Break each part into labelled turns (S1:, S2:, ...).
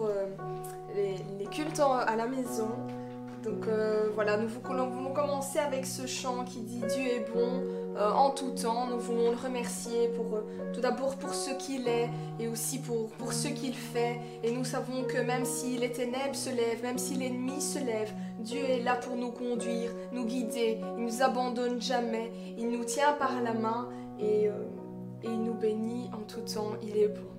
S1: euh, temps à la maison. Donc euh, voilà, nous voulons commencer avec ce chant qui dit Dieu est bon euh, en tout temps. Nous voulons le remercier pour, euh, tout d'abord pour ce qu'il est et aussi pour, pour ce qu'il fait. Et nous savons que même si les ténèbres se lèvent, même si l'ennemi se lève, Dieu est là pour nous conduire, nous guider. Il nous abandonne jamais. Il nous tient par la main et, euh, et il nous bénit en tout temps. Il est bon.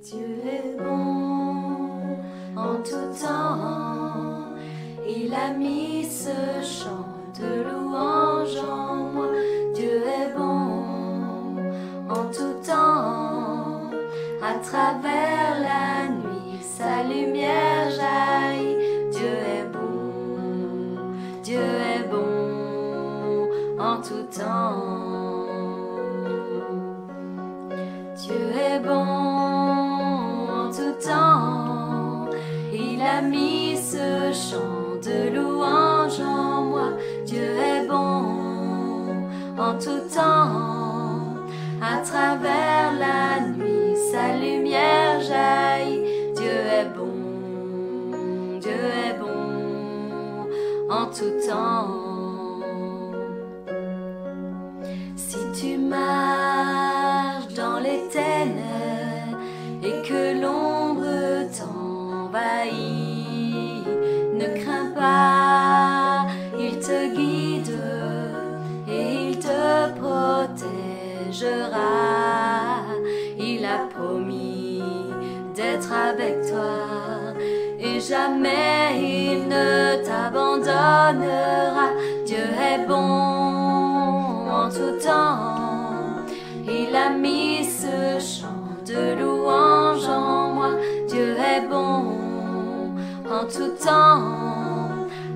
S2: Dieu est bon en tout temps. Il a mis ce chant de louange en moi. Dieu est bon en tout temps. À travers la nuit, sa lumière jaillit. Dieu est bon. Dieu est bon en tout temps. Dieu est bon en tout temps. Il a mis ce chant de louange en moi. Dieu est bon en tout temps. À travers la nuit, sa lumière jaillit. Dieu est bon, Dieu est bon en tout temps. Si tu marches dans les ténèbres et que l'ombre t'envahit, ne crains pas, il te guide et il te protégera. Il a promis d'être avec toi et jamais il ne t'abandonnera. Dieu est bon en tout temps. Il a mis ce chant de louange en moi. Dieu est bon en tout temps.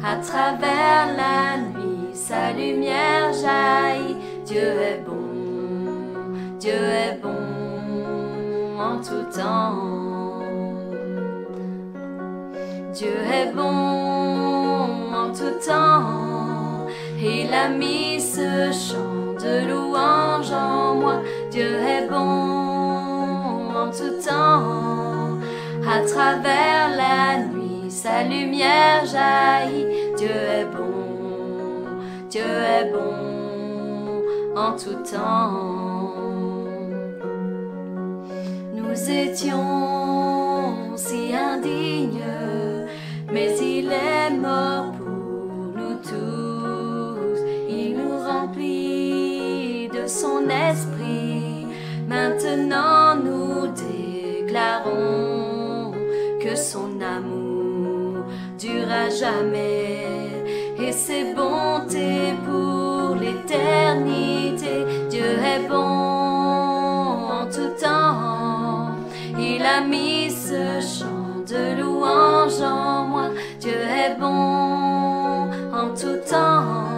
S2: À travers la nuit, sa lumière jaillit. Dieu est bon, Dieu est bon en tout temps. Dieu est bon en tout temps. Il a mis ce chant de louange en moi. Dieu est bon en tout temps. À travers la nuit, sa lumière jaillit. Dieu est bon. Dieu est bon en tout temps. Nous étions si indignes, mais il est mort pour nous tous. Il nous remplit de son esprit. Maintenant nous déclarons que son amour dure à jamais et ses bontés pour l'éternité. Dieu est bon en tout temps. Il a mis ce chant de louange en moi. Dieu est bon en tout temps.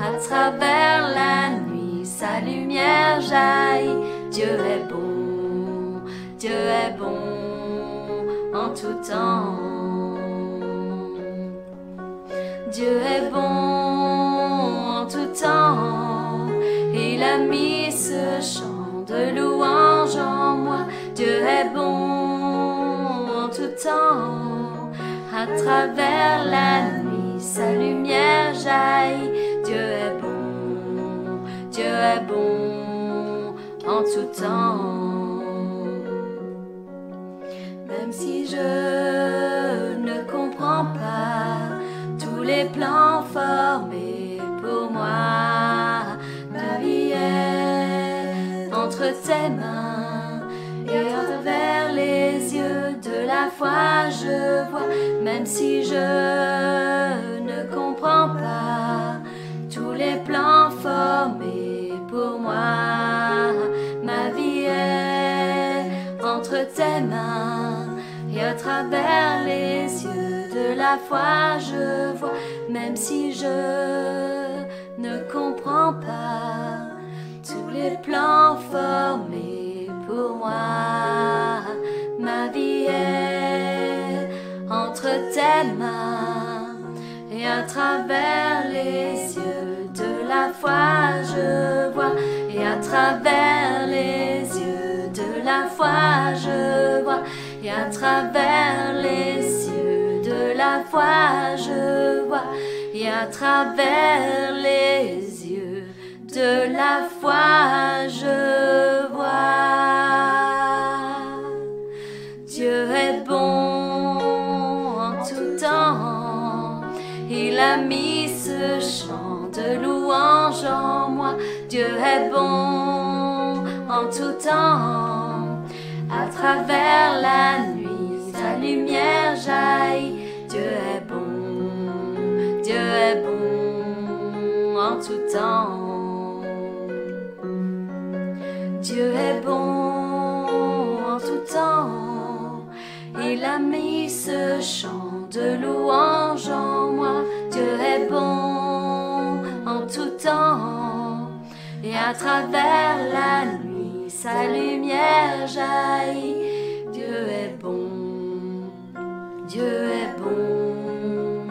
S2: À travers la nuit, sa lumière jaillit. Dieu est bon. Dieu est bon en tout temps. Dieu est bon en tout temps. Il a mis ce chant de louange en moi. Dieu est bon en tout temps. À travers la nuit, sa lumière jaillit. Dieu est bon, Dieu est bon en tout temps. Même si je ne comprends pas tous les plans formés pour moi, ma vie est entre tes mains et à travers les yeux de la foi, je vois, même si je ne comprends pas tous les plans formés pour moi, ma vie est entre tes mains et à travers les yeux de la foi je vois, même si je ne comprends pas tous les plans formés pour moi. Ma vie est entre tes mains et à travers les travers les yeux de la foi, je vois. Et à travers les yeux de la foi, je vois. Et à travers les yeux de la foi, je vois. Dieu est bon en tout temps. Il a mis ce chant de louange en moi. Dieu est bon en tout temps. À travers la nuit, sa lumière jaillit. Dieu est bon, Dieu est bon en tout temps. Dieu est bon en tout temps. Il a mis ce chant de louange en moi. Dieu est bon en tout temps. Et à travers la nuit, sa lumière jaillit. Dieu est bon. Dieu est bon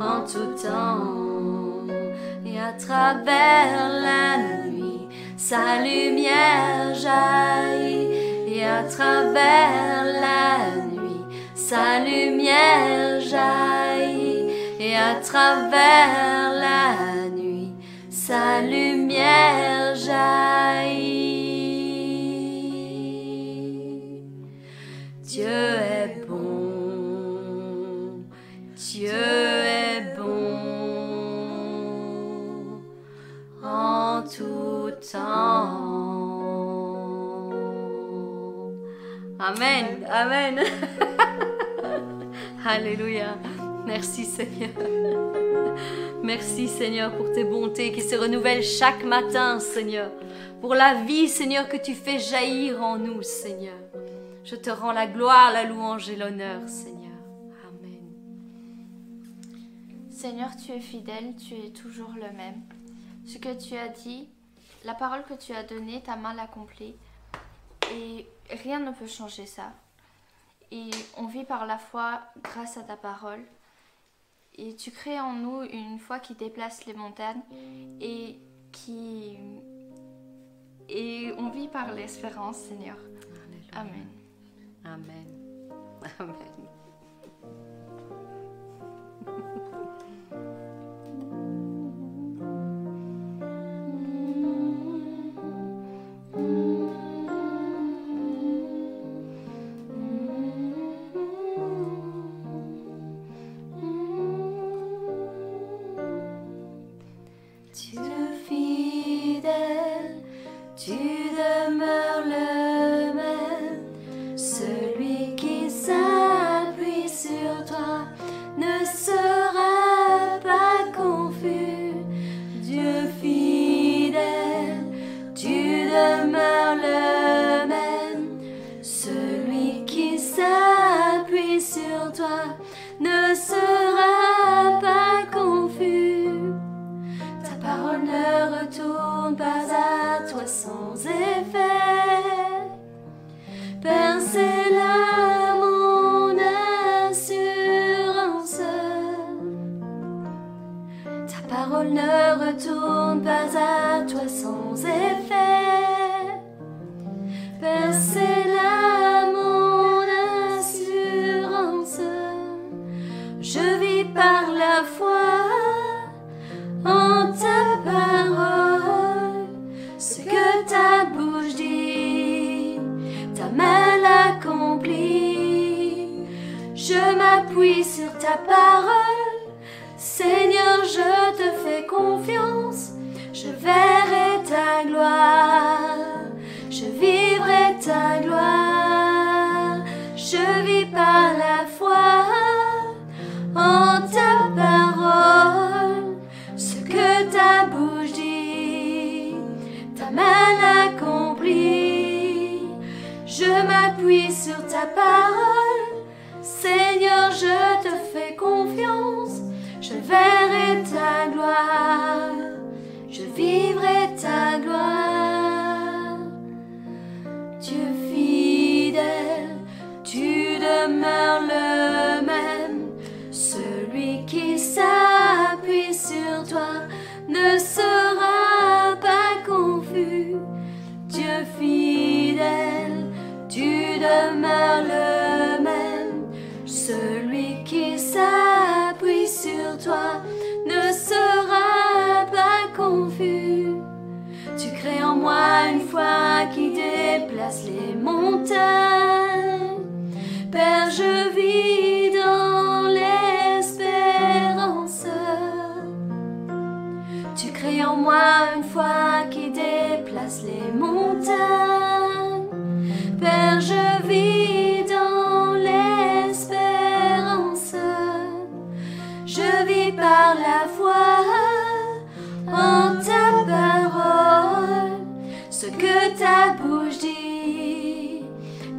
S2: en tout temps. Et à travers la nuit, sa lumière jaillit. Et à travers la nuit, sa lumière jaillit. Et à travers la nuit, sa lumière jaillit. Dieu est bon, Dieu est bon en tout temps. Amen, Amen. Alléluia. Merci Seigneur. Merci Seigneur pour tes bontés qui se renouvellent chaque matin, Seigneur. Pour la vie, Seigneur, que tu fais jaillir en nous, Seigneur. Je te rends la gloire, la louange et l'honneur, Seigneur. Amen.
S3: Seigneur, tu es fidèle, tu es toujours le même. Ce que tu as dit, la parole que tu as donnée, ta main l'accomplit. Et rien ne peut changer ça. Et on vit par la foi grâce à ta parole. Et tu crées en nous une foi qui déplace les montagnes et qui... Et on vit par l'espérance, Seigneur. Amen.
S2: Amen. Amen. Tu es fidèle, tu demeures le même. Celui qui s'appuie sur toi ne sera pas confus. Dieu fidèle, tu demeures le même. Celui qui s'appuie sur toi ne sera pas confus. Ta parole ne retourne pas à toi sans effet. Père, c'est là mon assurance. Ta parole ne retourne pas à toi sans effet. Père, c'est là mon assurance. Je vis par la foi en ta parole ce que ta bouche dit, ta main l'accomplit. Je m'appuie sur ta parole, Seigneur, je te fais confiance. Je verrai ta gloire, je vivrai ta gloire. Je vis par la foi en ta parole ce que ta bouche dit, ta main l'accomplit. Je m'appuie sur ta parole, Seigneur, je te fais confiance. Je verrai ta gloire, je vivrai ta gloire. Dieu fidèle, tu demeures le même. Celui qui s'appuie sur toi ne sera pas confus. montagne. Père, je vis dans l'espérance. Tu crées en moi une foi qui déplace les montagnes. Père, je vis dans l'espérance. Je vis par la foi en ta parole. Ce que ta bouche dit,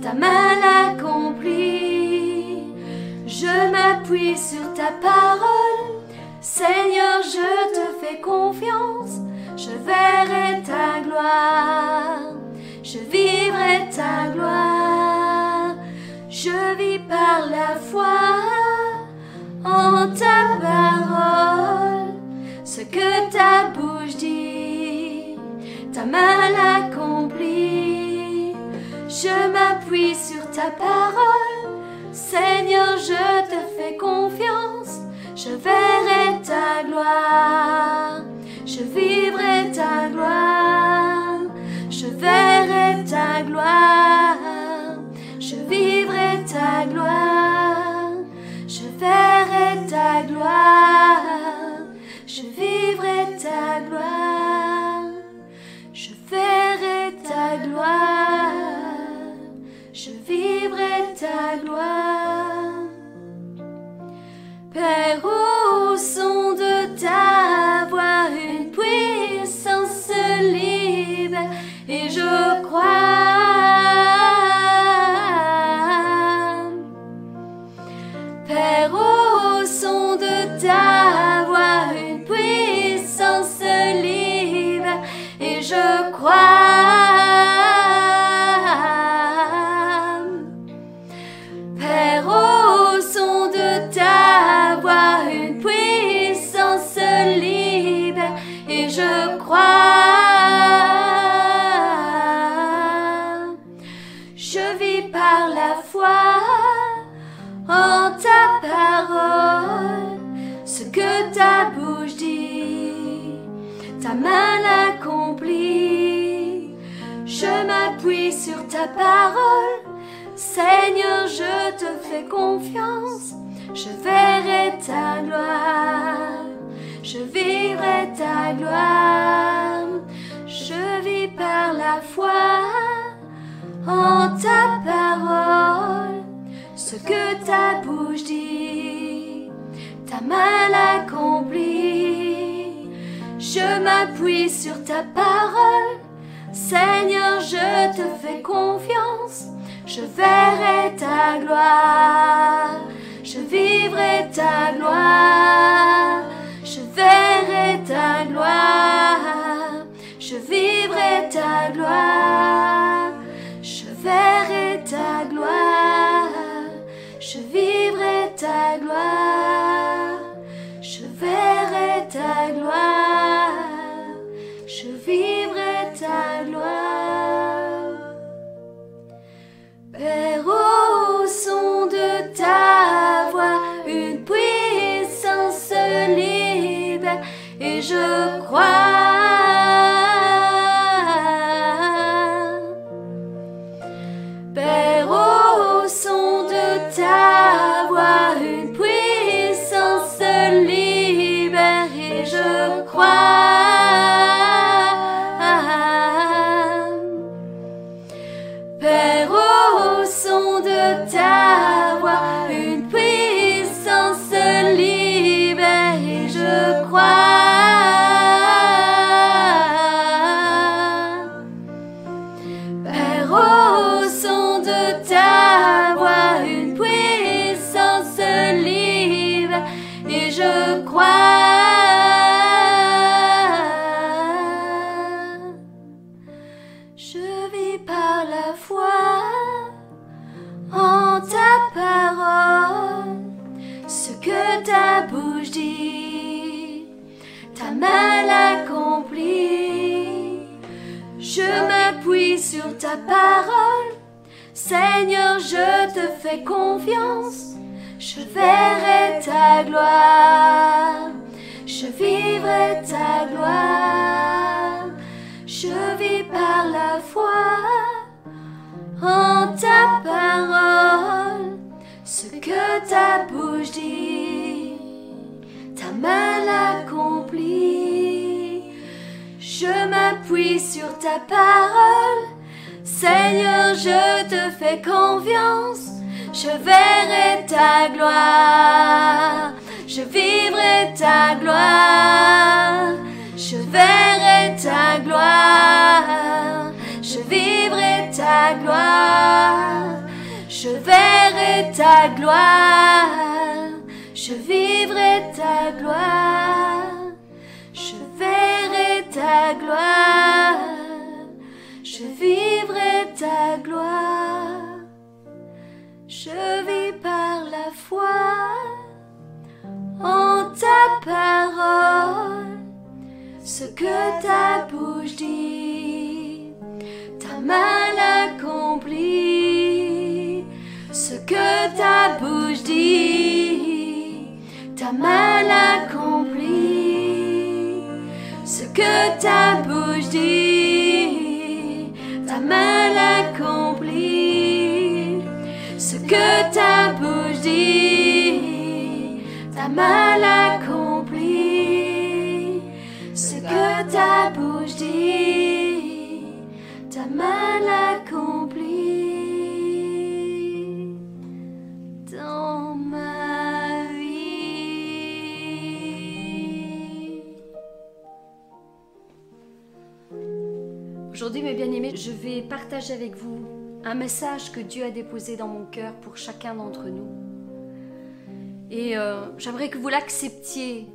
S2: ta main accomplie. Je m'appuie sur ta parole. Seigneur, je te fais confiance. Je verrai ta gloire. Je vivrai ta gloire. Je vis par la foi en ta parole. Ce que ta bouche dit, ta main accomplie. Je m'appuie sur ta parole. Seigneur, je te fais confiance. Je verrai ta gloire. Je vivrai ta gloire. Je verrai ta gloire. Je vivrai ta gloire. Je verrai ta gloire. Je vivrai ta gloire. Je verrai ta gloire. Je vivrai ta gloire. Père, au son de ta voix, une puissance se libère et je crois. Père, au son de ta voix, une puissance se libère et je crois. Père, au son de ta voix, une puissance se libère et je crois. Je vis par la foi en ta parole, ce que ta bouche dit, ta main l'accomplit. Je m'appuie sur ta parole, Seigneur, je te fais confiance. Je verrai ta gloire, je vivrai ta gloire. Je vis par la foi en ta parole, ce que ta bouche dit, ta main l'accomplit. Je m'appuie sur ta parole, Seigneur, je te fais confiance. Je verrai ta gloire, je vivrai ta gloire, je verrai ta gloire, je vivrai ta gloire, je verrai ta gloire, je vivrai ta gloire, je verrai ta gloire, je vivrai ta gloire. Père, au son de ta voix, une puissance se libère et je crois. Père, au son de ta voix, une puissance se libère et je crois. Père, au son de ta voix, une puissance se libère et je crois. Père, au son de ta voix, une puissance se libère et je crois. Je vis par la foi en ta parole, ce que ta bouche dit, ta main l'accomplit. Je m'appuie sur ta parole, Seigneur, je te fais confiance. Je verrai ta gloire, je vivrai ta gloire. Je vis par la foi en ta parole ce que ta bouche dit, ta main l'accomplit. Je m'appuie sur ta parole, Seigneur, je te fais confiance. Je verrai ta gloire, je vivrai ta gloire, je verrai ta gloire, je vivrai ta gloire, je verrai ta gloire, je vivrai ta gloire, je verrai ta gloire, je vivrai ta gloire. Je vis par la foi en ta parole, ce que ta bouche dit, ta main l'accomplit. Ce que ta bouche dit, ta main l'accomplit. Ce que ta bouche dit, ta main l'accomplit. Ce que ta bouche dit, ta main l'accomplit. Ce que ta bouche dit, ta main l'accomplit. Dans ma vie. Aujourd'hui, mes bien-aimés, je vais partager avec vous un message que Dieu a déposé dans mon cœur pour chacun d'entre nous. Et euh, j'aimerais que vous l'acceptiez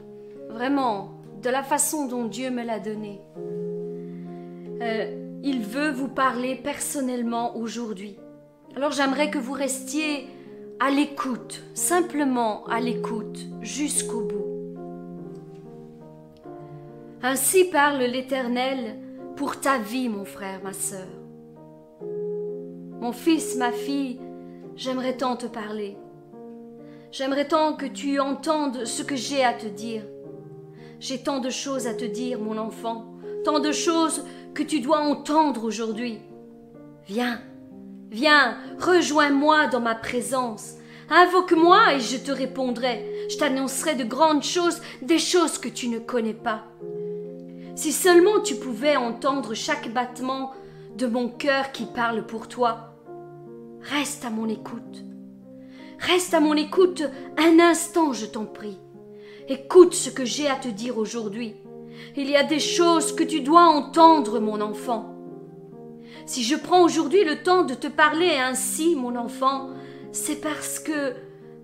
S2: vraiment de la façon dont Dieu me l'a donné. Euh, il veut vous parler personnellement aujourd'hui. Alors j'aimerais que vous restiez à l'écoute, simplement à l'écoute, jusqu'au bout. Ainsi parle l'Éternel pour ta vie, mon frère, ma sœur. Mon fils, ma fille, j'aimerais tant te parler. J'aimerais tant que tu entendes ce que j'ai à te dire. J'ai tant de choses à te dire, mon enfant, tant de choses que tu dois entendre aujourd'hui. Viens, viens, rejoins-moi dans ma présence. Invoque-moi et je te répondrai. Je t'annoncerai de grandes choses, des choses que tu ne connais pas. Si seulement tu pouvais entendre chaque battement de mon cœur qui parle pour toi. Reste à mon écoute. Reste à mon écoute un instant, je t'en prie. Écoute ce que j'ai à te dire aujourd'hui. Il y a des choses que tu dois entendre, mon enfant. Si je prends aujourd'hui le temps de te parler ainsi, mon enfant, c'est parce que,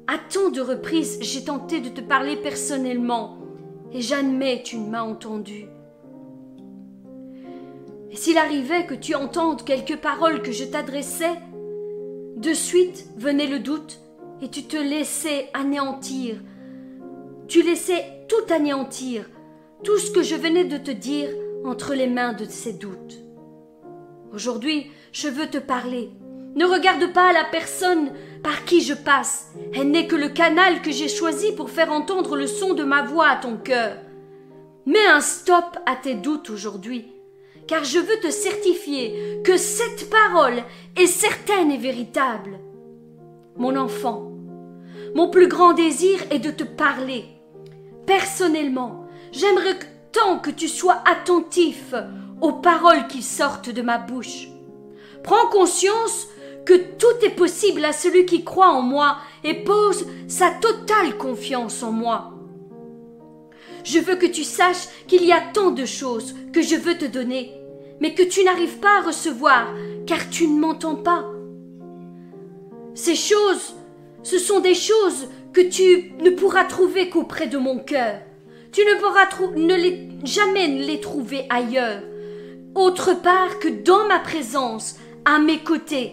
S2: à tant de reprises, j'ai tenté de te parler personnellement, et j'admets, tu ne m'as entendu. Et s'il arrivait que tu entendes quelques paroles que je t'adressais, de suite venait le doute, et tu te laissais anéantir. Tu laissais tout anéantir, tout ce que je venais de te dire entre les mains de ces doutes. Aujourd'hui, je veux te parler. Ne regarde pas la personne par qui je passe. Elle n'est que le canal que j'ai choisi pour faire entendre le son de ma voix à ton cœur. Mets un stop à tes doutes aujourd'hui, car je veux te certifier que cette parole est certaine et véritable. Mon enfant, mon plus grand désir est de te parler. Personnellement, j'aimerais que- tant que tu sois attentif aux paroles qui sortent de ma bouche. Prends conscience que tout est possible à celui qui croit en moi et pose sa totale confiance en moi. Je veux que tu saches qu'il y a tant de choses que je veux te donner, mais que tu n'arrives pas à recevoir car tu ne m'entends pas. Ces choses, ce sont des choses que tu ne pourras trouver qu'auprès de mon cœur. Tu ne pourras trou- ne les, jamais ne les trouver ailleurs, autre part que dans ma présence, à mes côtés.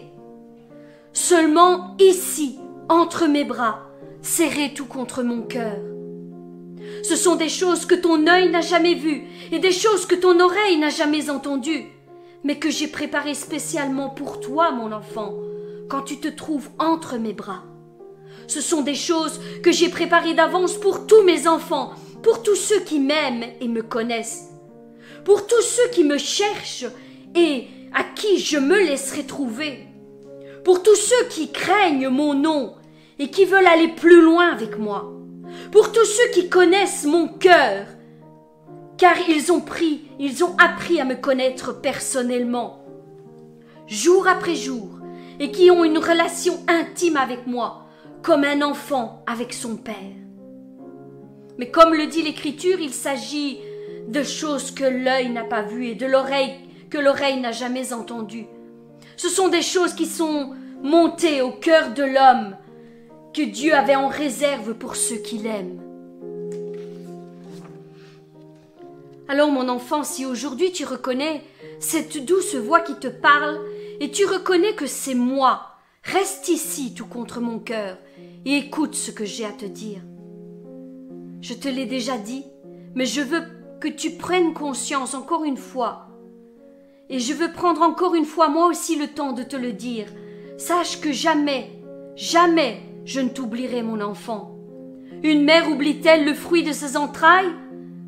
S2: Seulement ici, entre mes bras, serré tout contre mon cœur. Ce sont des choses que ton œil n'a jamais vues et des choses que ton oreille n'a jamais entendues, mais que j'ai préparées spécialement pour toi, mon enfant, quand tu te trouves entre mes bras. Ce sont des choses que j'ai préparées d'avance pour tous mes enfants, pour tous ceux qui m'aiment et me connaissent, pour tous ceux qui me cherchent et à qui je me laisserai trouver. pour tous ceux qui craignent mon nom et qui veulent aller plus loin avec moi, pour tous ceux qui connaissent mon cœur, car ils ont pris, ils ont appris à me connaître personnellement, jour après jour, et qui ont une relation intime avec moi, comme un enfant avec son père. Mais comme le dit l'Écriture, il s'agit de choses que l'œil n'a pas vues et de l'oreille que l'oreille n'a jamais entendues. Ce sont des choses qui sont montées au cœur de l'homme, que Dieu avait en réserve pour ceux qui l'aiment. Alors mon enfant, si aujourd'hui tu reconnais cette douce voix qui te parle, et tu reconnais que c'est moi, reste ici tout contre mon cœur, et écoute ce que j'ai à te dire. Je te l'ai déjà dit, mais je veux que tu prennes conscience encore une fois. Et je veux prendre encore une fois moi aussi le temps de te le dire. Sache que jamais, jamais je ne t'oublierai mon enfant. Une mère oublie-t-elle le fruit de ses entrailles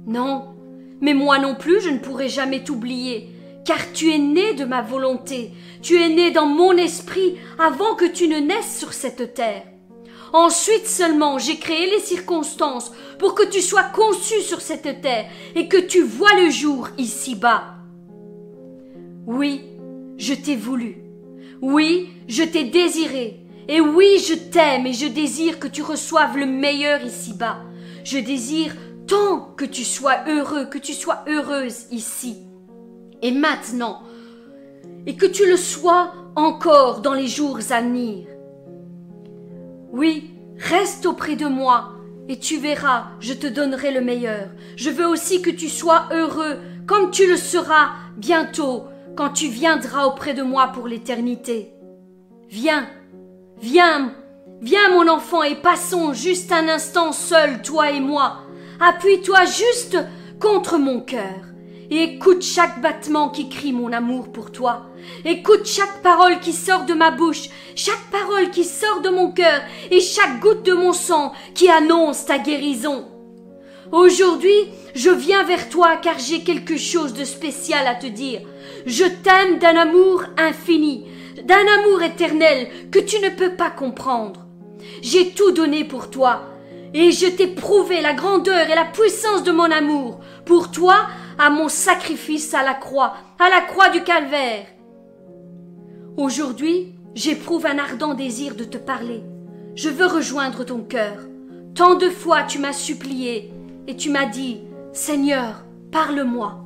S2: Non, mais moi non plus je ne pourrai jamais t'oublier, car tu es né de ma volonté, tu es né dans mon esprit avant que tu ne naisses sur cette terre. Ensuite seulement j'ai créé les circonstances pour que tu sois conçu sur cette terre et que tu vois le jour ici-bas. Oui, je t'ai voulu. Oui, je t'ai désiré. Et oui, je t'aime et je désire que tu reçoives le meilleur ici-bas. Je désire tant que tu sois heureux, que tu sois heureuse ici. Et maintenant. Et que tu le sois encore dans les jours à venir. Oui, reste auprès de moi et tu verras, je te donnerai le meilleur. Je veux aussi que tu sois heureux comme tu le seras bientôt quand tu viendras auprès de moi pour l'éternité. Viens. Viens, viens mon enfant et passons juste un instant seul, toi et moi. Appuie-toi juste contre mon cœur et écoute chaque battement qui crie mon amour pour toi. Écoute chaque parole qui sort de ma bouche, chaque parole qui sort de mon cœur et chaque goutte de mon sang qui annonce ta guérison. Aujourd'hui, je viens vers toi car j'ai quelque chose de spécial à te dire. Je t'aime d'un amour infini, d'un amour éternel que tu ne peux pas comprendre. J'ai tout donné pour toi, et je t'ai prouvé la grandeur et la puissance de mon amour pour toi à mon sacrifice à la croix, à la croix du calvaire. Aujourd'hui, j'éprouve un ardent désir de te parler. Je veux rejoindre ton cœur. Tant de fois tu m'as supplié et tu m'as dit, Seigneur, parle-moi.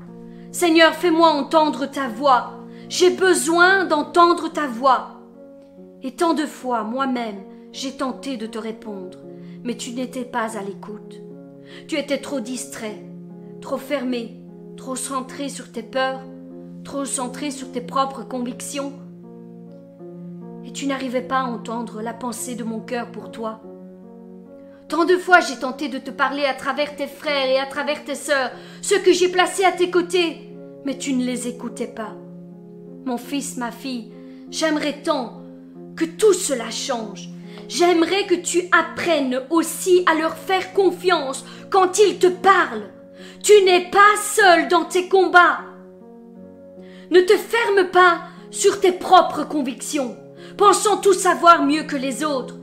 S2: Seigneur, fais-moi entendre ta voix. J'ai besoin d'entendre ta voix. Et tant de fois, moi-même, j'ai tenté de te répondre, mais tu n'étais pas à l'écoute. Tu étais trop distrait, trop fermé, trop centré sur tes peurs, trop centré sur tes propres convictions. Et tu n'arrivais pas à entendre la pensée de mon cœur pour toi. Tant de fois j'ai tenté de te parler à travers tes frères et à travers tes sœurs, ceux que j'ai placés à tes côtés, mais tu ne les écoutais pas. Mon fils, ma fille, j'aimerais tant que tout cela change. J'aimerais que tu apprennes aussi à leur faire confiance quand ils te parlent. Tu n'es pas seul dans tes combats. Ne te ferme pas sur tes propres convictions, pensant tout savoir mieux que les autres.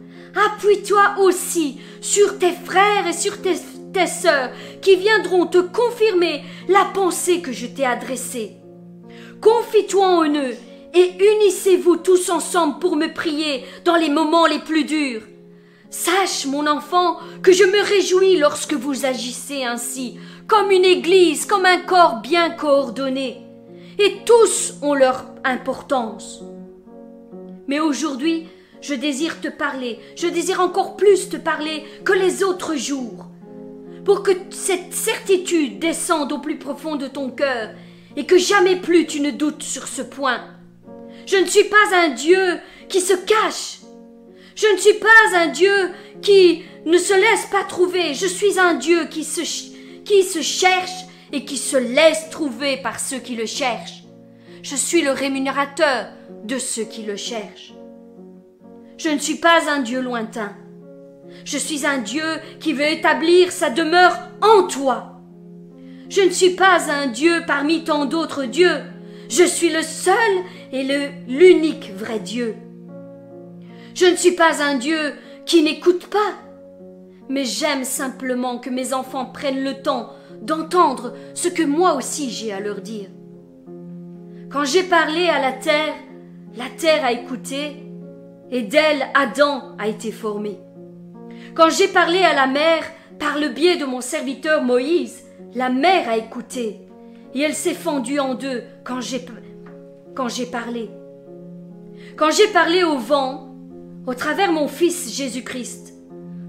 S2: Appuie-toi aussi sur tes frères et sur tes, tes sœurs qui viendront te confirmer la pensée que je t'ai adressée. Confie-toi en eux et unissez-vous tous ensemble pour me prier dans les moments les plus durs. Sache, mon enfant, que je me réjouis lorsque vous agissez ainsi, comme une église, comme un corps bien coordonné. Et tous ont leur importance. Mais aujourd'hui, je désire te parler, je désire encore plus te parler que les autres jours, pour que cette certitude descende au plus profond de ton cœur et que jamais plus tu ne doutes sur ce point. Je ne suis pas un Dieu qui se cache. Je ne suis pas un Dieu qui ne se laisse pas trouver. Je suis un Dieu qui se, qui se cherche et qui se laisse trouver par ceux qui le cherchent. Je suis le rémunérateur de ceux qui le cherchent. Je ne suis pas un Dieu lointain. Je suis un Dieu qui veut établir sa demeure en toi. Je ne suis pas un Dieu parmi tant d'autres dieux. Je suis le seul et l'unique vrai Dieu. Je ne suis pas un Dieu qui n'écoute pas. Mais j'aime simplement que mes enfants prennent le temps d'entendre ce que moi aussi j'ai à leur dire. Quand j'ai parlé à la terre, la terre a écouté, et d'elle Adam a été formé. Quand j'ai parlé à la mer, par le biais de mon serviteur Moïse, la mer a écouté, et elle s'est fendue en deux quand j'ai quand j'ai parlé. Quand j'ai parlé au vent, au travers mon Fils Jésus-Christ,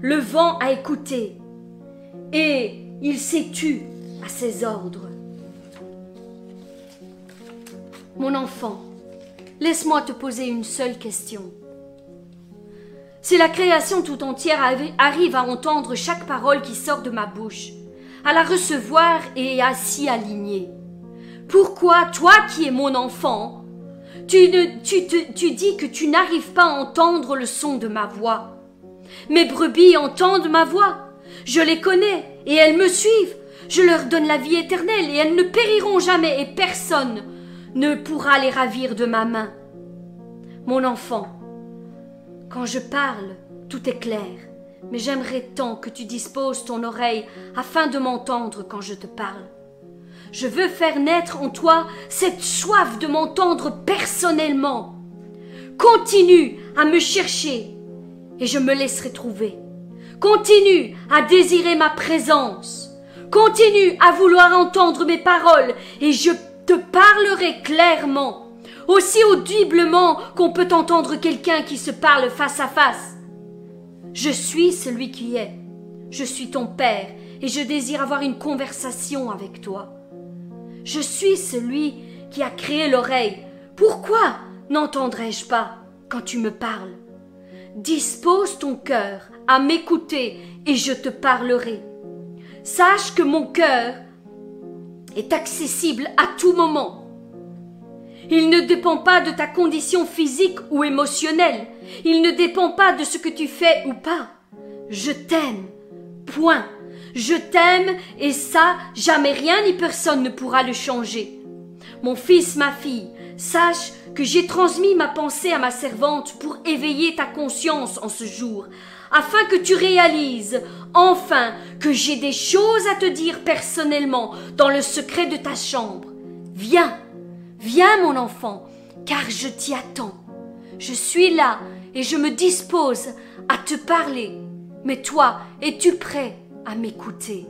S2: le vent a écouté, et il s'est tu à ses ordres. Mon enfant, laisse-moi te poser une seule question. Si la création tout entière arri- arrive à entendre chaque parole qui sort de ma bouche, à la recevoir et à s'y aligner, pourquoi toi qui es mon enfant, tu, ne- tu te- tu dis que tu n'arrives pas à entendre le son de ma voix Mes brebis entendent ma voix, je les connais et elles me suivent, je leur donne la vie éternelle et elles ne périront jamais et personne ne pourra les ravir de ma main. Mon enfant, quand je parle, tout est clair, mais j'aimerais tant que tu disposes ton oreille afin de m'entendre quand je te parle. Je veux faire naître en toi cette soif de m'entendre personnellement. Continue à me chercher et je me laisserai trouver. Continue à désirer ma présence. Continue à vouloir entendre mes paroles et je te parlerai clairement, aussi audiblement qu'on peut entendre quelqu'un qui se parle face à face. Je suis celui qui est. Je suis ton père et je désire avoir une conversation avec toi. Je suis celui qui a créé l'oreille. Pourquoi n'entendrais-je pas quand tu me parles Dispose ton cœur à m'écouter et je te parlerai. Sache que mon cœur est accessible à tout moment. Il ne dépend pas de ta condition physique ou émotionnelle. Il ne dépend pas de ce que tu fais ou pas. Je t'aime. Point. Je t'aime et ça, jamais rien ni personne ne pourra le changer. Mon fils, ma fille, sache que j'ai transmis ma pensée à ma servante pour éveiller ta conscience en ce jour, afin que tu réalises enfin que j'ai des choses à te dire personnellement dans le secret de ta chambre. Viens, viens mon enfant, car je t'y attends. Je suis là et je me dispose à te parler. Mais toi, es-tu prêt à m'écouter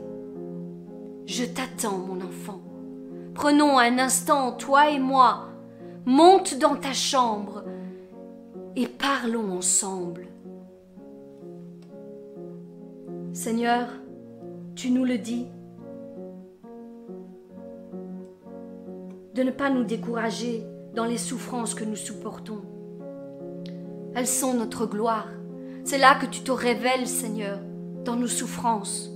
S2: Je t'attends, mon enfant. Prenons un instant, toi et moi, monte dans ta chambre et parlons ensemble. Seigneur, tu nous le dis, de ne pas nous décourager dans les souffrances que nous supportons. Elles sont notre gloire. C'est là que tu te révèles, Seigneur, dans nos souffrances,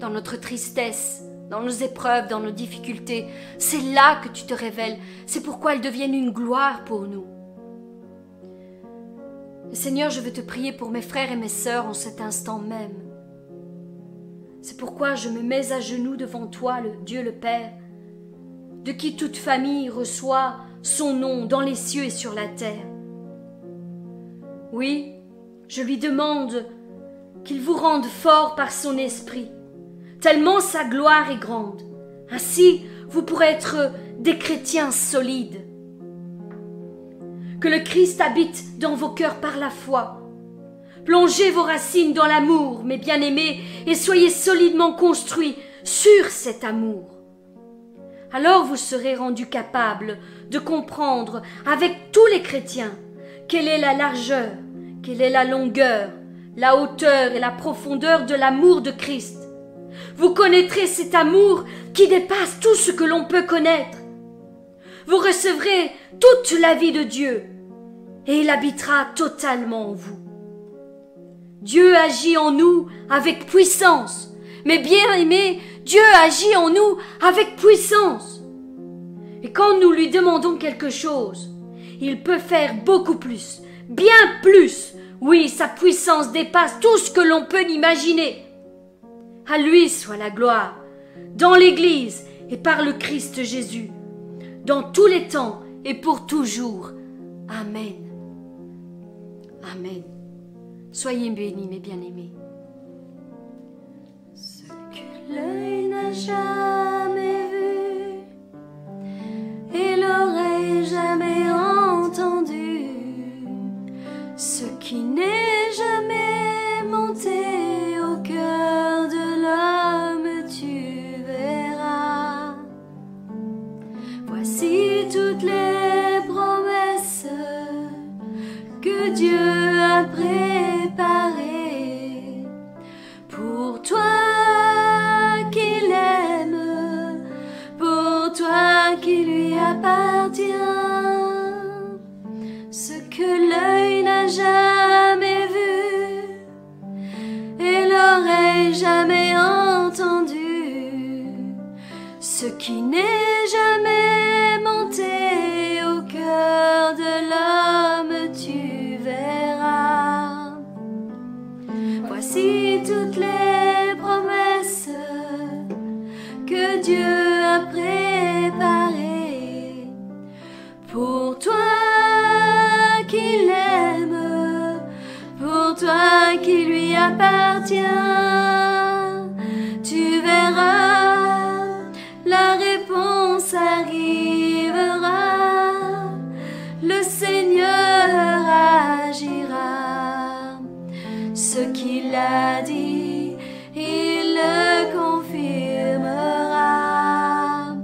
S2: dans notre tristesse, dans nos épreuves, dans nos difficultés. C'est là que tu te révèles. C'est pourquoi elles deviennent une gloire pour nous. Et Seigneur, je veux te prier pour mes frères et mes sœurs en cet instant même. C'est pourquoi je me mets à genoux devant toi, le Dieu le Père, de qui toute famille reçoit son nom dans les cieux et sur la terre. Oui, je lui demande qu'il vous rende fort par son esprit, tellement sa gloire est grande. Ainsi, vous pourrez être des chrétiens solides. Que le Christ habite dans vos cœurs par la foi. Plongez vos racines dans l'amour, mes bien-aimés, et soyez solidement construits sur cet amour alors vous serez rendu capable de comprendre avec tous les chrétiens quelle est la largeur, quelle est la longueur, la hauteur et la profondeur de l'amour de Christ. Vous connaîtrez cet amour qui dépasse tout ce que l'on peut connaître. Vous recevrez toute la vie de Dieu et il habitera totalement en vous. Dieu agit en nous avec puissance. Mais bien aimé, Dieu agit en nous avec puissance. Et quand nous lui demandons quelque chose, il peut faire beaucoup plus, bien plus. Oui, sa puissance dépasse tout ce que l'on peut imaginer. À lui soit la gloire, dans l'Église et par le Christ Jésus, dans tous les temps et pour toujours. Amen. Amen. Soyez bénis, mes bien-aimés. Ce que l'œil n'a jamais vu et l'oreille jamais entendu, ce qui n'est jamais monté au cœur de l'homme, tu verras. Voici toutes les promesses que Dieu a préparées pour toi qu'il aime, pour toi qui lui appartient. Ce que l'œil n'a jamais vu et l'oreille jamais entendu, ce qui n'est jamais monté au cœur de l'homme, tu verras. Voici toutes les promesses que Dieu a préparées pour toi qu'il aime, pour toi qui lui appartient. Tu verras, la réponse arrivera, le Seigneur agira. Ce qu'il a dit, il le confirmera.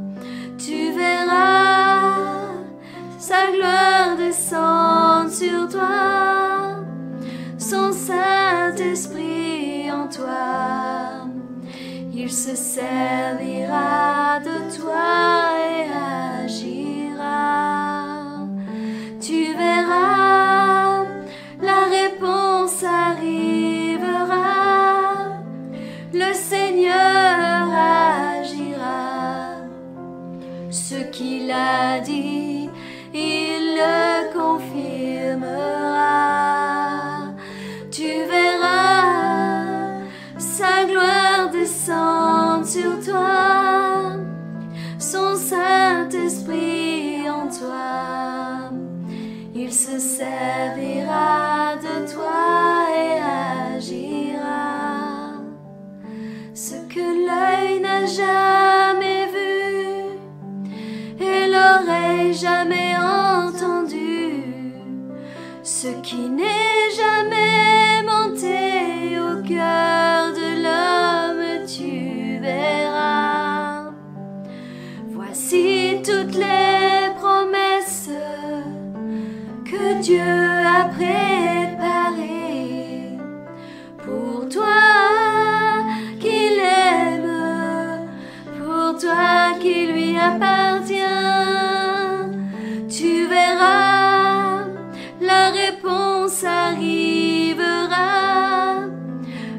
S2: Tu verras sa gloire descendre sur toi, son Saint-Esprit en toi. Il se servira de toi et agira. Tu verras, la réponse arrivera. Le Seigneur agira. Ce qu'il a dit, il le confirmera. Tu verras sa gloire descendre sur toi, son Saint-Esprit en toi. Il se servira de toi et agira. Ce que l'œil n'a jamais vu et l'oreille jamais entendu, ce qui n'est jamais monté au cœur de l'homme, tu verras. Voici toutes les promesses que Dieu a préparées pour toi qu'il aime, pour toi qui lui appartient. Tu verras, la réponse arrivera,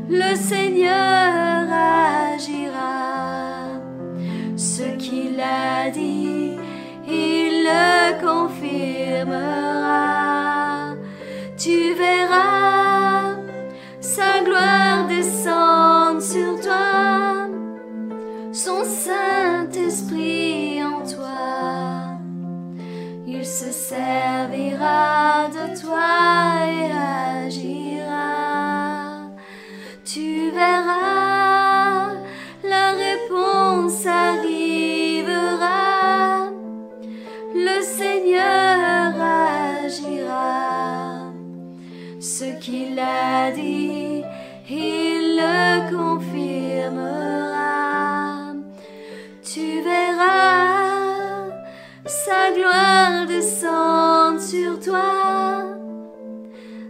S2: le Seigneur agira. Ce qu'il a dit, il le confirmera. Tu verras sa gloire descendre sur toi, son Saint-Esprit en toi. Il se servira de toi et agira. Tu verras, la réponse arrivera. Le Seigneur agira. Ce qu'il a dit, il le confirmera. Tu verras sa gloire descendre sur toi,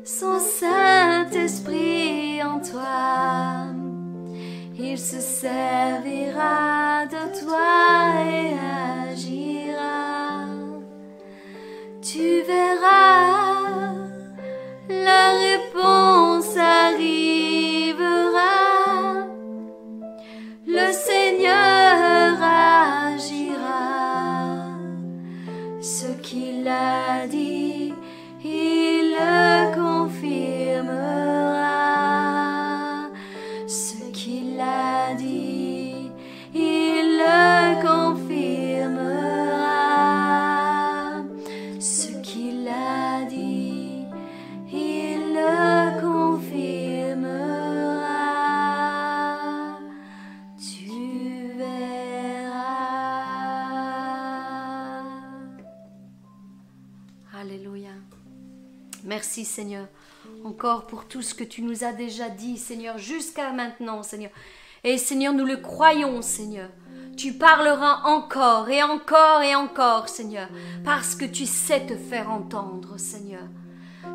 S2: son Saint-Esprit en toi. Il se servira de toi et agira. Tu verras la réponse arrivera. Le Seigneur agira. Ce qu'il a dit, il le confirmera. Ce qu'il a dit, Merci Seigneur, encore pour tout ce que tu nous as déjà dit, Seigneur, jusqu'à maintenant, Seigneur. Et Seigneur, nous le croyons, Seigneur. Tu parleras encore et encore et encore, Seigneur, parce que tu sais te faire entendre, Seigneur.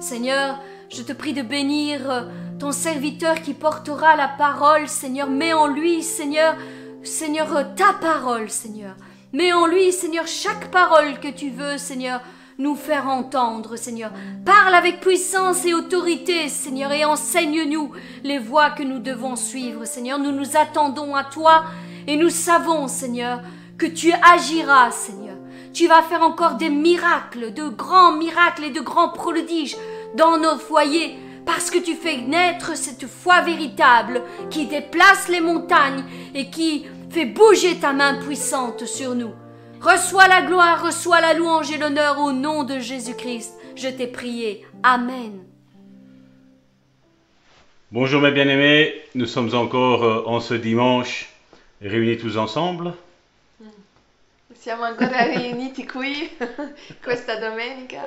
S2: Seigneur, je te prie de bénir euh, ton serviteur qui portera la parole, Seigneur. Mets en lui, Seigneur, Seigneur, euh, ta parole, Seigneur. Mets en lui, Seigneur, chaque parole que tu veux, Seigneur, nous faire entendre, Seigneur. Parle avec puissance et autorité, Seigneur, et enseigne-nous les voies que nous devons suivre, Seigneur. Nous nous attendons à toi et nous savons, Seigneur, que tu agiras, Seigneur. Tu vas faire encore des miracles, de grands miracles et de grands prodiges dans nos foyers, parce que tu fais naître cette foi véritable qui déplace les montagnes et qui fait bouger ta main puissante sur nous. Reçois la gloire, reçois la louange et l'honneur au nom de Jésus-Christ. Je t'ai prié. Amen.
S4: Bonjour mes bien-aimés, nous sommes encore euh, en ce dimanche réunis tous ensemble.
S5: Siamo ancora riuniti qui questa domenica,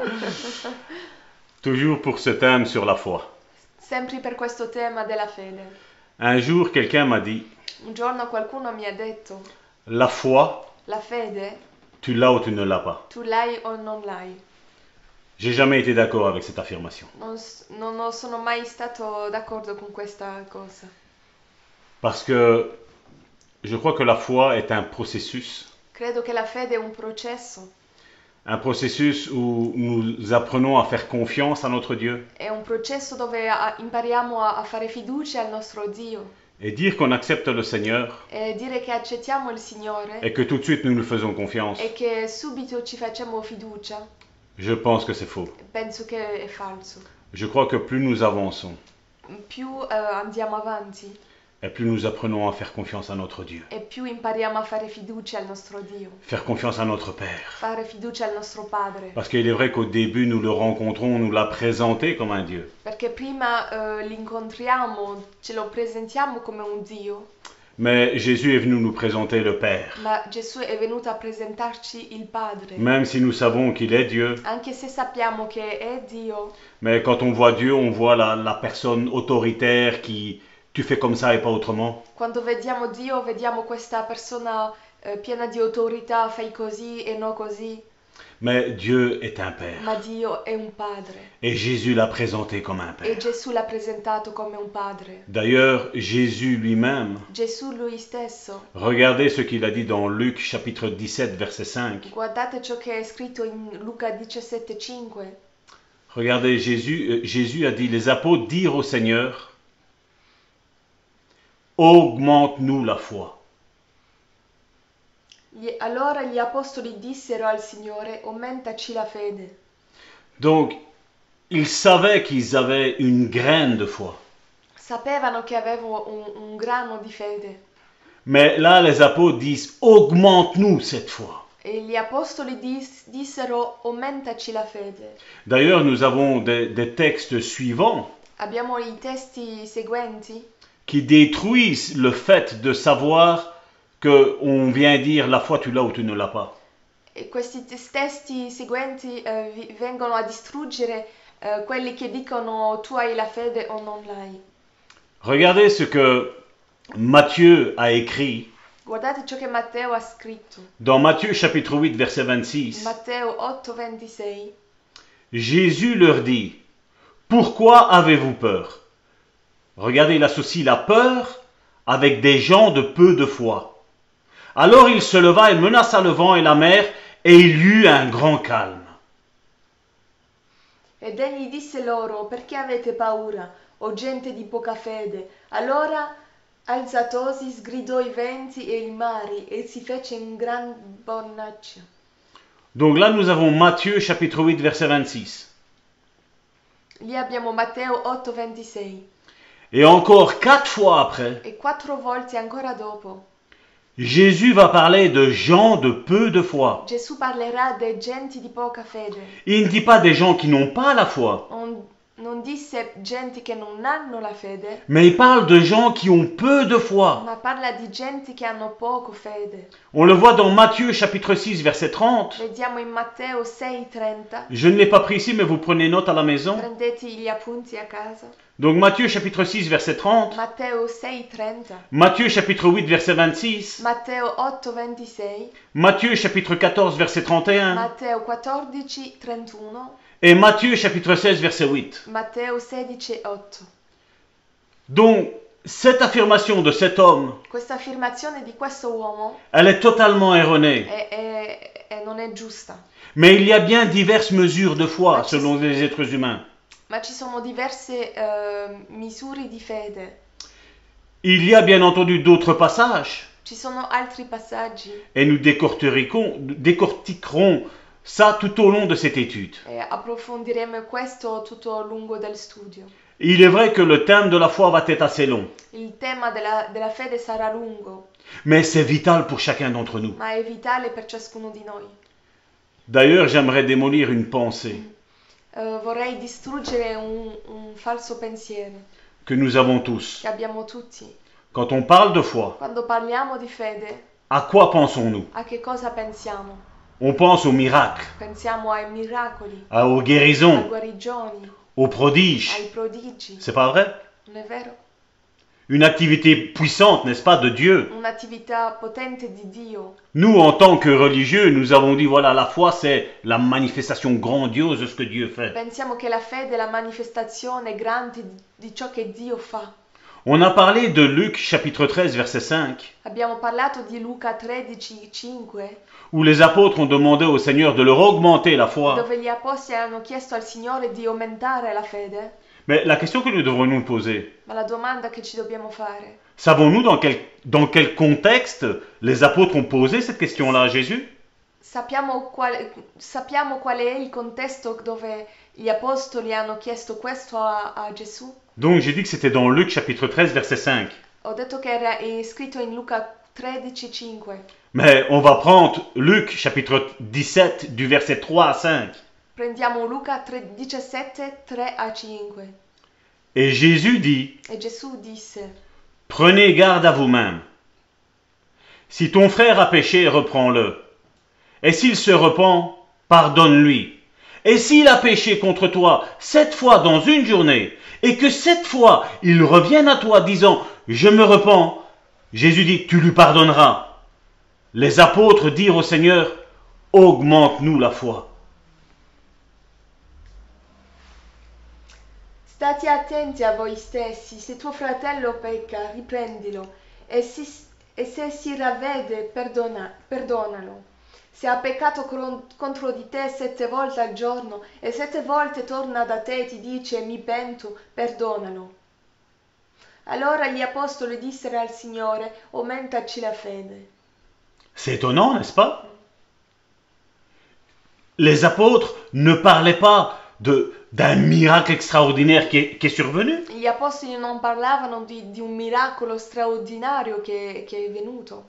S4: Toujours pour ce thème sur la foi.
S5: sempre per questo tema della fede.
S4: Un jour, quelqu'un m'a dit,
S5: Un giorno qualcuno mi ha detto,
S4: la foi,
S5: la fede
S4: tu l'as ou tu ne l'as pas.
S5: tu l'hai o non l'hai.
S4: J'ai jamais été d'accord avec cette affirmation.
S5: Non, s- non ho- sono mai stato d'accordo con questa cosa,
S4: Parce que je crois que la foi est un processus.
S5: credo che la fede è un processo,
S4: Un processus où nous apprenons à faire confiance à notre Dieu.
S5: è un processo dove a- impariamo a, a fare fiducia al nostro Dio
S4: Et dire qu'on accepte le Seigneur
S5: e dire che accettiamo il Signore
S4: et que tout de suite nous lui faisons confiance,
S5: e che subito ci facciamo fiducia,
S4: je pense que c'est faux.
S5: penso che è falso.
S4: Je crois que plus nous avançons
S5: Più eh, andiamo avanti,
S4: et plus nous apprenons à faire confiance à notre Dieu,
S5: E più impariamo a fare fiducia al nostro Dio,
S4: faire confiance à notre Père.
S5: fare fiducia al nostro Padre,
S4: Parce qu'il est vrai qu'au début nous le rencontrons, on nous l'a présenté comme un Dieu.
S5: perché prima eh, l'incontriamo, ce lo presentiamo come un Dio,
S4: Mais Jésus est venu nous présenter le Père.
S5: ma Gesù è venuto a presentarci il Padre.
S4: Même si nous savons qu'il est Dieu,
S5: Anche se sappiamo che è Dio,
S4: mais quand on voit Dieu, on voit la, la personne autoritaire qui tu fais comme ça et pas autrement.
S5: quando vediamo Dio vediamo questa persona eh, piena di autorità, fai così e no così,
S4: Mais Dieu est un Père.
S5: ma Dio è un Padre
S4: Et Jésus l'a présenté comme un
S5: e
S4: Père.
S5: Gesù l'ha presentato come un Padre.
S4: D'ailleurs, Jésus lui-même,
S5: Gesù lui stesso,
S4: regardez ce qu'il a dit dans Luc chapitre 17 verset 5.
S5: guardate ciò che è scritto in Luca 17,5.
S4: Regardez, Jésus, euh, Jésus a dit, les apôtres dirent au Seigneur, augmente-nous la foi.
S5: Gli- Allora gli apostoli dissero al Signore, aumentaci la fede.
S4: Donc, ils savaient qu'ils avaient une graine de foi.
S5: Sapevano che avevo un, un grano di fede.
S4: Mais là, les apôtres disent, augmente-nous cette foi.
S5: E gli apostoli dis- dissero, aumentaci la fede.
S4: D'ailleurs, nous avons des, des textes suivants
S5: Abbiamo i testi seguenti
S4: qui détruisent le fait de savoir que on vient dire la foi tu l'as ou tu ne l'as pas.
S5: e questi tes- testi seguenti eh, vi- vengono a distruggere eh, quelli che dicono tu hai la fede o non l'hai.
S4: Regardez ce que Matthieu a écrit
S5: Guardate ciò che Matteo ha scritto.
S4: dans Matthieu chapitre 8 verset 26.
S5: Matteo 8:26.
S4: Jésus leur dit, Pourquoi avez-vous peur Regardez, il associe la peur avec des gens de peu de foi. Alors il se leva et menaça le vent et la mer, et il y eut un grand calme.
S5: Ed egli disse loro, perché avete paura, o gente di poca fede? Allora alzatosi sgridò i venti e i mari e si fece un gran bonnaccio.
S4: Donc là, nous avons Matthieu chapitre 8, verset 26.
S5: Lì abbiamo Matteo 8:26
S4: Et encore quatre fois après,
S5: e quattro volte ancora dopo
S4: Jésus va parler de gens de peu de foi.
S5: Gesù parlerà dei genti di poca fede.
S4: Il ne dit pas des gens qui n'ont pas la foi,
S5: Non, Non disse genti che non hanno la fede,
S4: mais il parle de gens qui ont peu de foi.
S5: ma parla di genti che hanno poco fede.
S4: On le voit dans Matthieu chapitre 6 verset 30.
S5: Vediamo in Matteo 6:30.
S4: Je ne l'ai pas pris ici, mais vous prenez note à la maison.
S5: Prendeti gli appunti a casa.
S4: Donc Matthieu chapitre 6 verset 30.
S5: Matteo 6:30.
S4: Matthieu chapitre 8 verset 26.
S5: Matteo 8:26.
S4: Matthieu chapitre 14 verset 31.
S5: Matteo 14:31.
S4: Et Matthieu chapitre 16 verset 8.
S5: Matteo 16:8.
S4: Donc, cette affirmation de cet homme,
S5: Questa affermazione di questo uomo
S4: elle est totalement erronée.
S5: è- è- è- non è giusta,
S4: Mais il y a bien diverses mesures de foi selon les êtres humains.
S5: ma ci sono diverse eh, misure di fede.
S4: Il y a bien entendu d'autres passages,
S5: Ci sono altri passaggi,
S4: et nous décortiquerons, décortiquerons ça tout au long de cette étude.
S5: eh, approfondiremo questo tutto a lungo del studio.
S4: Il est vrai que le thème de la foi va être assez long,
S5: Il tema della, della fede sarà lungo,
S4: mais c'est vital pour chacun d'entre nous.
S5: ma è vitale per ciascuno di noi.
S4: D'ailleurs, j'aimerais démolir une pensée
S5: Eh, vorrei distruggere un, un falso pensiero
S4: que nous avons tous.
S5: che abbiamo tutti.
S4: Quand on parle de foi,
S5: Quando parliamo di fede,
S4: à quoi pensons-nous
S5: a che cosa pensiamo?
S4: On pense aux miracles,
S5: Pensiamo ai miracoli,
S4: à- aux
S5: alle
S4: guérisons,
S5: guarigioni,
S4: aux prodiges.
S5: ai prodigi,
S4: C'est pas vrai
S5: non è vero?
S4: Une activité puissante, n'est-ce pas, de Dieu.
S5: Un'attività potente di Dio.
S4: Nous, en tant que religieux, nous avons dit, voilà, la foi, c'est la manifestation grandiose de ce que Dieu fait.
S5: Pensiamo che la fede è la manifestazione grande di- di ciò che Dio fa.
S4: On a parlé de Luc chapitre 13, verset 5,
S5: Abbiamo parlato di Luca 13:5,
S4: où les apôtres ont demandé au Seigneur de leur augmenter la foi.
S5: dove gli apostoli hanno chiesto al Signore di aumentare la fede.
S4: Mais la question que nous devons nous poser,
S5: Ma la domanda che ci dobbiamo fare,
S4: savons-nous dans quel, dans quel contexte les apôtres ont posé cette question-là à Jésus
S5: sappiamo, qual- sappiamo qual è il contesto dove gli apostoli hanno chiesto questo a, a Gesù?
S4: Donc j'ai dit que c'était dans Luc chapitre 13, verset 5.
S5: Ho detto che era è scritto in Luca 13:5.
S4: Mais on va prendre Luc chapitre 17, du verset 3 à 5.
S5: Prendiamo Luca 3, 17, 3 a 5.
S4: Et Jésus dit,
S5: E Gesù disse,
S4: Prenez garde à vous-même. Si ton frère a péché, reprends-le. Et s'il se repent, pardonne-lui. Et s'il a péché contre toi sept fois dans une journée, et que sept fois il revienne à toi disant ⁇ Je me repens ⁇ Jésus dit ⁇ Tu lui pardonneras ⁇ Les apôtres dirent au Seigneur ⁇ Augmente-nous la foi
S5: State attenti a voi stessi, se tuo fratello pecca, riprendilo, e, si- e se si ravvede, perdona- perdonalo. Se ha peccato cron- contro di te sette volte al giorno e sette volte torna da te e ti dice mi pento, perdonalo. Allora gli apostoli dissero al Signore, aumentaci la fede.
S4: ⁇ C'est étonnant, n'est-ce pas Les apôtres ne parlaient pas de- d'un miracle extraordinaire qui est- qui est survenu.
S5: Gli apostoli non parlavano di, di un miracolo straordinario che, che è venuto.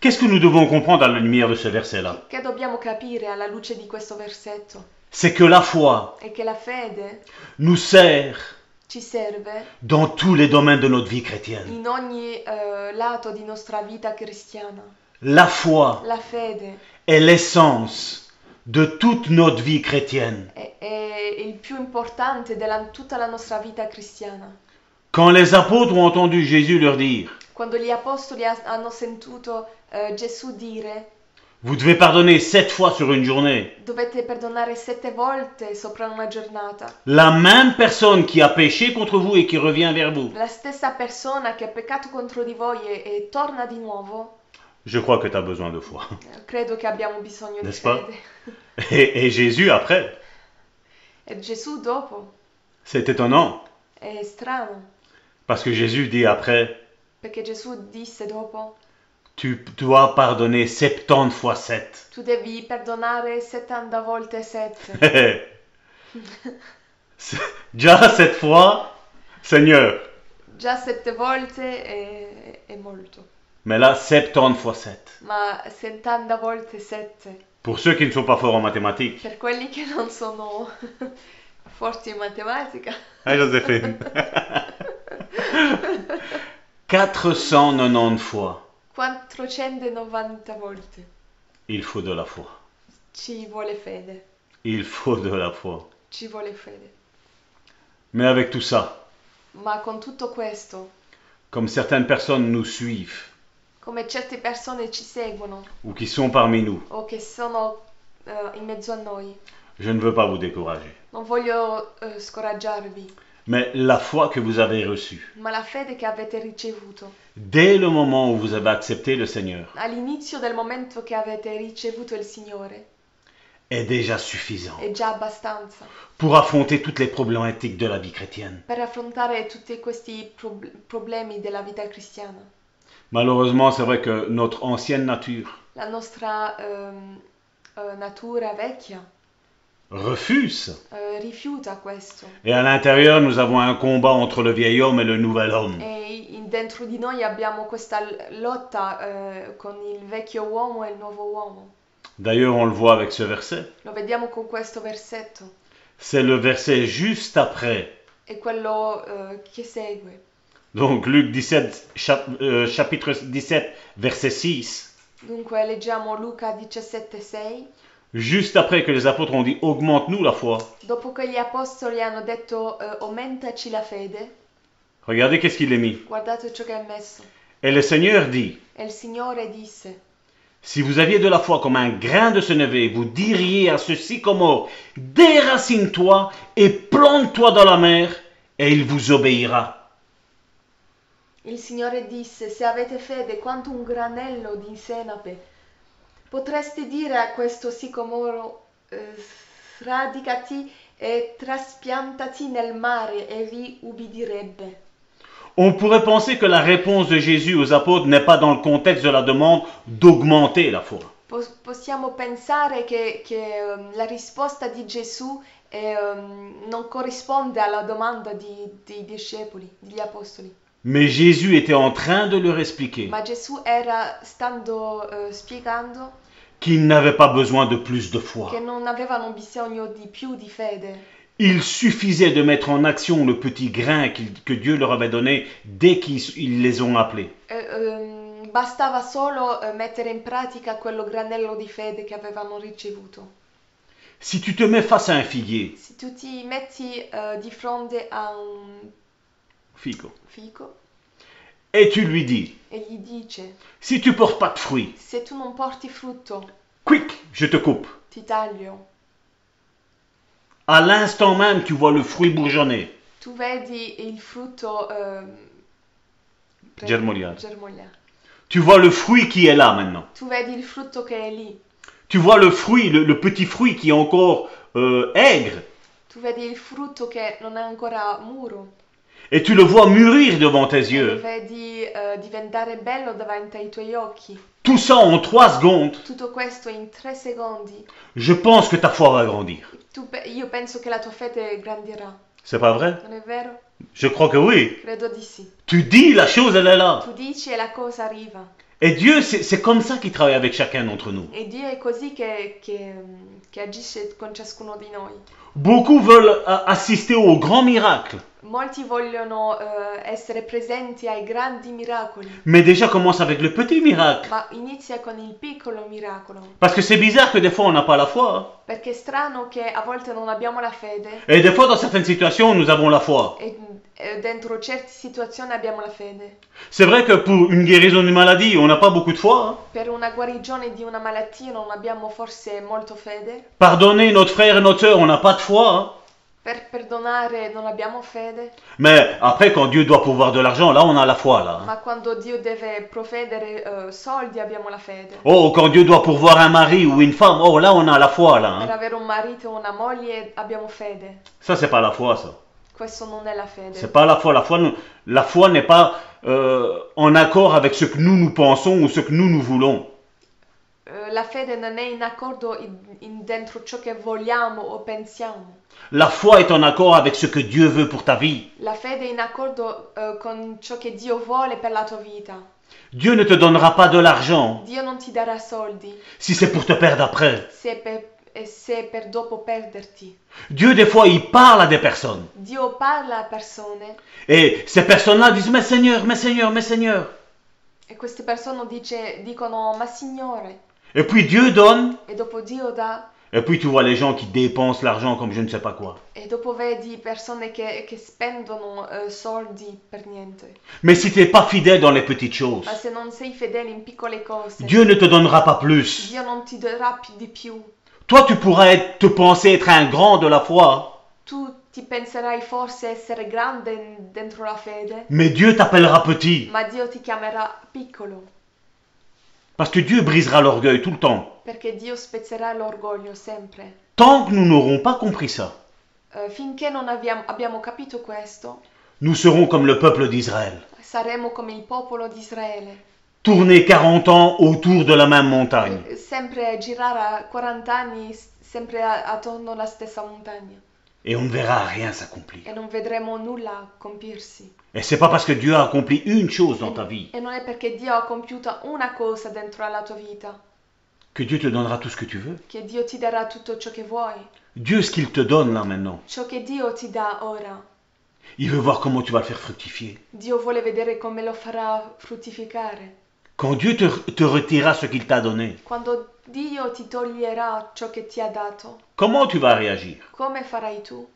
S4: Qu'est-ce que nous devons comprendre à la lumière de ce verset-là
S5: Che dobbiamo capire alla luce di questo versetto?
S4: C'est que la foi
S5: È che la fede
S4: nous sert
S5: ci serve
S4: dans tous les domaines de notre vie chrétienne.
S5: in ogni eh, lato di nostra vita cristiana.
S4: La foi
S5: La fede
S4: est l'essence de toute notre vie chrétienne.
S5: è, è il più importante della tutta la nostra vita cristiana.
S4: Quand les apôtres ont entendu Jésus leur dire,
S5: Quando gli apostoli ha- hanno sentito eh, Gesù dire
S4: vous devez pardonner sept fois sur une journée,
S5: dovete perdonare sette volte sopra una giornata,
S4: la même personne qui a péché contre vous et qui revient vers vous,
S5: la stessa persona che ha peccato contro di voi e, e torna di nuovo,
S4: je crois que tu as besoin de foi.
S5: eh, credo che abbiamo bisogno di
S4: N'est-ce pas?
S5: fede.
S4: Et, et Jésus après,
S5: E Gesù dopo
S4: c'est étonnant,
S5: è strano,
S4: parce que Jésus dit après,
S5: perché Gesù disse dopo
S4: tu dois pardonner 70 fois 7.
S5: Tu devi perdonare 70 volte 7.
S4: Hé, hé. C'est- Déjà cette fois, Seigneur.
S5: Già 7 volte è, è molto,
S4: Mais là, 70 fois 7.
S5: ma 70 volte 7
S4: Pour ceux qui ne sont pas forts en mathématiques,
S5: per quelli che non sono Forti in matematica.
S4: Hein,
S6: Ah, Joséphine.
S4: 490 fois.
S5: 490 volte.
S4: Il faut de la foi.
S5: Ci vuole fede.
S4: Il faut de la foi.
S5: Ci vuole fede.
S4: Mais avec tout ça,
S5: Ma con tutto questo,
S4: comme certaines personnes nous suivent
S5: come certe persone ci seguono
S4: ou qui sont parmi nous,
S5: o che sono eh, in mezzo a noi,
S4: je ne veux pas vous décourager.
S5: non voglio eh, scoraggiarvi,
S4: Mais la foi que vous avez reçue,
S5: ma la fede che avete ricevuto
S4: dès le moment où vous avez accepté le Seigneur,
S5: all'inizio del momento che avete ricevuto il Signore
S4: est déjà suffisante
S5: è già abbastanza
S4: pour affronter toutes les problématiques de la vie chrétienne.
S5: per affrontare tutti questi prob- problemi della vita cristiana.
S4: Malheureusement, c'est vrai que notre ancienne nature
S5: La nostra ehm, eh, natura vecchia
S4: refuse.
S5: eh, rifiuta questo
S4: Et à l'intérieur, nous avons un combat entre le vieil homme et le nouvel homme.
S5: e in- dentro di noi abbiamo questa l- lotta eh, con il vecchio uomo e il nuovo uomo.
S4: D'ailleurs, on le voit avec ce verset.
S5: Lo vediamo con questo versetto
S4: C'est le verset juste après.
S5: e quello eh, che segue.
S4: Donc Luc 17, chap- euh, chapitre 17, verset 6.
S5: Dunque leggiamo Luca 17,6.
S4: Juste après que les apôtres ont dit augmente-nous la foi.
S5: Dopo che gli apostoli hanno detto eh, aumentaci la fede,
S4: Regardez qu'est-ce qu'il est mis.
S5: guardate ciò che è messo.
S4: Et le Seigneur dit,
S5: E il Signore disse,
S4: si vous aviez de la foi comme un grain de sénévé, vous diriez à ce sycomore, déracine-toi et plante-toi dans la mer, et il vous obéira.
S5: il Signore disse, se avete fede quanto un granello di senape, potreste dire a questo sicomoro, eh, sradicati e traspiantati nel mare e vi ubbidirebbe.
S4: On pourrait penser que la réponse de Jésus aux apôtres n'est pas dans le contexte de la demande d'augmenter la foi.
S5: Pos- possiamo pensare che, che, ehm, la risposta di Gesù ehm, non corrisponde alla domanda di- dei discepoli, degli apostoli,
S4: Mais Jésus était en train de leur expliquer
S5: ma Gesù era stando eh, spiegando
S4: qu'ils n'avaient pas besoin de plus de foi.
S5: che non avevano bisogno di più di fede,
S4: Il suffisait de mettre en action le petit grain qu'il- que Dieu leur avait donné dès qu'ils ils les ont appelés.
S5: Eh, ehm, bastava solo eh, mettere in pratica quello granello di fede che avevano ricevuto.
S4: Si tu te mets face à un figuier,
S5: Se tu ti metti eh, di fronte a un
S4: fico,
S5: fico
S4: et tu lui dis,
S5: e gli dice,
S4: si tu portes pas de fruits,
S5: se tu non porti frutto,
S4: quick, je te coupe.
S5: ti taglio.
S4: À l'instant même, tu vois le fruit bourgeonner.
S5: Tu vedi il frutto ehm, pre-
S4: Germogliare.
S5: germogliare.
S4: Tu vois le fruit qui est là maintenant.
S5: Tu vedi il frutto che è lì,
S4: Tu vois le fruit, le, le petit fruit qui est encore euh, aigre,
S5: tu vedi il frutto che non è ancora muro,
S4: et tu le vois mûrir devant tes
S5: e lo
S4: yeux.
S5: vedi eh, diventare bello davanti ai tuoi occhi.
S4: Tout ça en trois secondes.
S5: Tutto questo in tre secondi.
S4: Je pense que ta foi va grandir.
S5: Tu pe- io penso che la tua fede grandirà,
S4: C'est pas vrai
S5: non è vero?
S4: Je crois que oui.
S5: Credo di sì.
S4: Tu dis la chose, elle est là.
S5: Tu dici e la cosa arriva.
S4: Et Dieu, c'est c'est comme ça qu'il travaille avec chacun d'entre nous.
S5: E Dio è così che, che, mm, che agisce con ciascuno di noi.
S4: Beaucoup veulent euh, assister au grand miracle,
S5: Molti vogliono eh, essere presenti ai grandi miracoli.
S4: mais déjà commence avec le petit miracle.
S5: Ma inizia con il piccolo miracolo,
S4: Parce que c'est bizarre que des fois on n'a pas la foi. hein.
S5: perché è strano che a volte non abbiamo la fede
S4: Et des fois dans certaines situations nous avons la foi.
S5: e eh, dentro certe situazioni abbiamo la fede.
S4: C'est vrai que pour une guérison d'une maladie on n'a pas beaucoup de foi. hein.
S5: Per una guarigione di una malattia non abbiamo forse molto fede,
S4: Pardonner notre frère et notre soeur on n'a pas de foi. hein.
S5: per perdonare non abbiamo fede,
S4: Mais après quand Dieu doit pouvoir de l'argent là on a la foi là. hein.
S5: ma quando Dio deve provvedere eh, soldi abbiamo la fede.
S4: Oh quand Dieu doit pourvoir un mari ou une femme oh là on a la foi là.
S5: Per
S4: hein.
S5: avere un marito o una moglie abbiamo fede.
S4: Ça c'est pas la foi ça.
S5: Questo non è la
S4: C'est
S5: fede.
S4: pas la foi. La foi, nous- la foi n'est pas euh, en accord avec ce que nous nous pensons ou ce que nous nous voulons.
S5: Eh, la fede non è in accordo in- in dentro ciò che vogliamo o pensiamo.
S4: La foi est en accord avec ce que Dieu veut pour ta vie.
S5: La fede è in accordo eh, con ciò che Dio vuole per la tua vita.
S4: Dieu ne te donnera pas de l'argent
S5: Dio non ti darà soldi
S4: si c'est pour te perdre après.
S5: se per- è per, e se per dopo perderti.
S4: Dieu, des fois, il parle à des personnes.
S5: Dio parla a persone
S4: Et ces personnes-là disent, mais Seigneur, mais Seigneur, mais Seigneur.
S5: e queste persone dice- dicono ma signore
S4: Et puis Dieu donne.
S5: e dopo Dio dà
S4: Et puis tu vois les gens qui dépensent l'argent comme je ne sais pas quoi.
S5: e dopo vedi persone che, che spendono eh, soldi per niente.
S4: Mais si t'es pas fidèle dans les petites choses,
S5: Ma se non sei fedele in piccole cose,
S4: Dieu ne te donnera pas plus.
S5: Dio non ti darà pi- di più.
S4: Toi, tu pourras être- te penser être un grand de la foi,
S5: Tu ti penserai forse essere grande in- dentro la fede,
S4: mais Dieu t'appellera petit.
S5: ma Dio ti chiamerà piccolo,
S4: Parce que Dieu brisera l'orgueil tout le temps.
S5: perché Dio spezzerà l'orgoglio sempre.
S4: Tant que nous n'aurons pas compris ça,
S5: Eh, finché non abbiamo, abbiamo capito questo,
S4: nous serons comme le peuple d'Israël,
S5: saremo come il popolo di Israele,
S4: tournés 40 ans autour de la même montagne.
S5: eh, sempre a girare a 40 anni, s- sempre a- attorno alla stessa montagna,
S4: Et on ne verra rien s'accomplir.
S5: e non vedremo nulla compirsi.
S4: Et c'est pas parce que Dieu a accompli une chose dans ta vie
S5: E non è perché Dio ha compiuto una cosa dentro alla tua vita,
S4: que Dieu te donnera tout ce que tu veux.
S5: che Dio ti darà tutto ciò che vuoi.
S4: Dieu, ce qu'il te donne là maintenant,
S5: Ciò che Dio ti dà ora,
S4: il veut voir comment tu vas le faire fructifier.
S5: Dio vuole vedere come lo farà fruttificare.
S4: Quand Dieu te, te retirera ce qu'il t'a donné,
S5: Quando Dio ti toglierà ciò che ti ha dato,
S4: comment tu vas réagir
S5: come farai tu?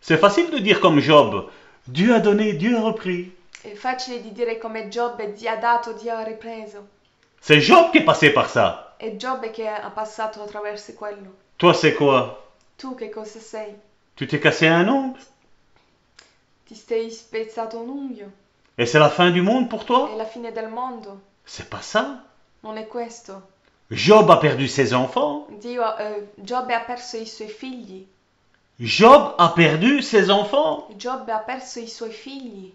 S4: C'est facile de dire comme Job, Dieu a donné, Dieu a repris.
S5: È facile di dire come Giobbe ti ha dato, Dio ha ripreso.
S4: C'est Job qui est passé par ça.
S5: È Giobbe che ha passato attraverso quello.
S4: Toi, c'est quoi
S5: Tu che cosa sei?
S4: Tu t'es cassé un ongle
S5: Ti sei spezzato un unghio?
S4: Et c'est la fin du monde pour toi
S5: È la fine del mondo?
S4: C'est pas ça.
S5: Non è questo.
S4: Job a perdu ses enfants.
S5: Dio, eh, Giobbe ha perso i suoi figli.
S4: Job a perdu ses enfants.
S5: Giobbe ha perso i suoi figli.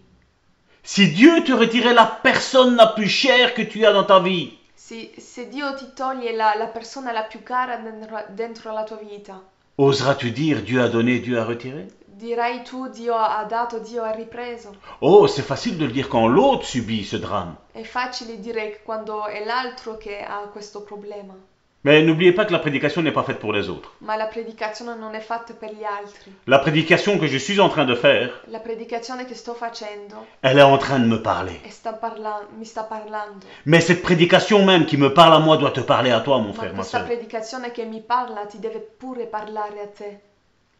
S4: Si Dieu te retirait la personne la plus chère que tu as dans ta vie,
S5: Se, se Dio ti toglie la, la persona la più cara dentro, dentro la tua vita,
S4: oseras-tu dire Dieu a donné, Dieu a retiré
S5: Dirai tu Dio ha dato, Dio ha ripreso.
S4: Oh, c'est facile de le dire quand l'autre subit ce drame.
S5: È facile dire che quando è l'altro che ha questo problema,
S4: Mais n'oubliez pas que la prédication n'est pas faite pour les autres.
S5: ma la predicazione non è fatta per gli altri.
S4: La prédication que je suis en train de faire,
S5: La predicazione che sto facendo
S4: elle est en train de me parler.
S5: e sta parla- mi sta parlando,
S4: Mais cette prédication même qui me parle à moi doit te parler à toi, mon
S5: ma
S4: frère, ma
S5: questa
S4: soeur.
S5: predicazione che mi parla ti deve pure parlare a te.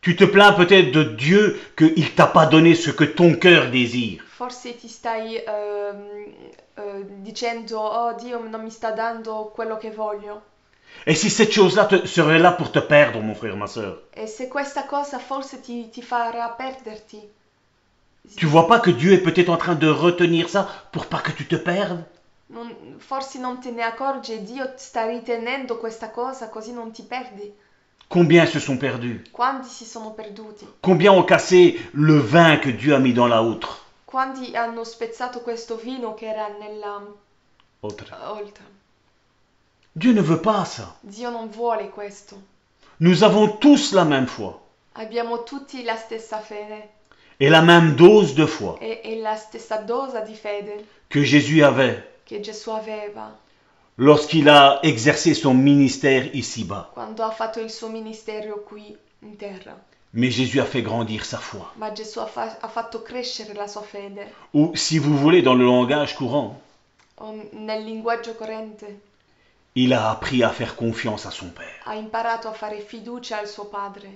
S4: Tu te plains peut-être de Dieu qu'il t'a pas donné ce que ton cœur désire.
S5: Forse ti stai ehm, eh, dicendo, oh Dio non mi sta dando quello che voglio.
S4: Et si cette chose-là te- serait là pour te perdre, mon frère, ma soeur
S5: E se questa cosa forse ti, ti farà perderti.
S4: Tu vois pas que Dieu est peut-être en train de retenir ça pour pas que tu te perdes
S5: Non- forse non te ne accorgi, Dio sta ritenendo questa cosa così non ti perdi.
S4: Combien se sont perdus
S5: Quanti si sono perduti?
S4: Combien ont cassé le vin que Dieu a mis dans la outre
S5: Quanti hanno spezzato questo vino che era nella eh,
S4: Autre.
S5: oltre?
S4: Dieu ne veut pas ça.
S5: Dio non vuole questo.
S4: Nous avons tous la même foi
S5: Abbiamo tutti la stessa fede
S4: et la même dose de foi
S5: e, e la stessa dose di fede
S4: que Jésus avait
S5: che Gesù aveva
S4: lorsqu'il a exercé son ministère ici-bas.
S5: quando ha fatto il suo ministero qui in terra.
S4: Mais Jésus a fait grandir sa foi.
S5: Ma Gesù ha, fa- ha fatto crescere la sua fede
S4: Ou, si vous voulez, dans le langage courant,
S5: O nel linguaggio corrente.
S4: il a appris à faire confiance à son Père.
S5: Ha imparato a fare fiducia al suo padre.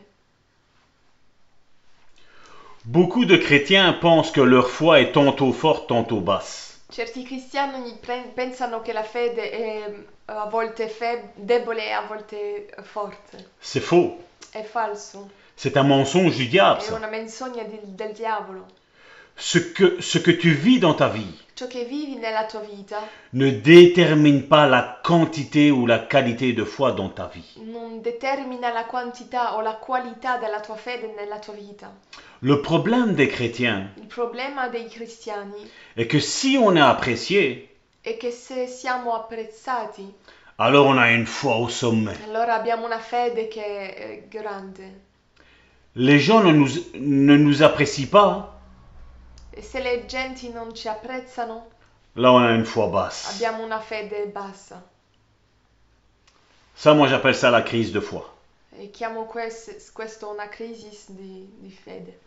S4: Beaucoup de chrétiens pensent que leur foi est tantôt forte, tantôt basse.
S5: Certi cristiani pre- pensano che la fede è eh, a volte feb- debole e a volte eh, forte.
S4: C'est faux.
S5: È falso,
S4: C'est un mensonge du diable.
S5: è
S4: ça.
S5: una menzogna di- del diavolo.
S4: Ce que, ce que tu vis dans ta vie
S5: Ciò che vivi nella tua vita
S4: ne détermine pas la quantité ou la qualité de foi dans ta vie.
S5: non determina la quantità o la qualità della tua fede nella tua vita.
S4: Le problème des chrétiens
S5: Il problema dei cristiani
S4: est que si on est apprécié,
S5: è che se siamo apprezzati,
S4: alors on a une foi au sommet.
S5: allora abbiamo una fede che è eh, grande.
S4: Les gens ne nous, ne nous apprécient pas,
S5: E se le genti non ci apprezzano,
S4: là on a une foi
S5: Ah
S4: basse.
S5: abbiamo una fede bassa.
S4: Ça, moi j'appelle ça la crise de foi.
S5: E chiamo quest- questo una crisi di, di fede.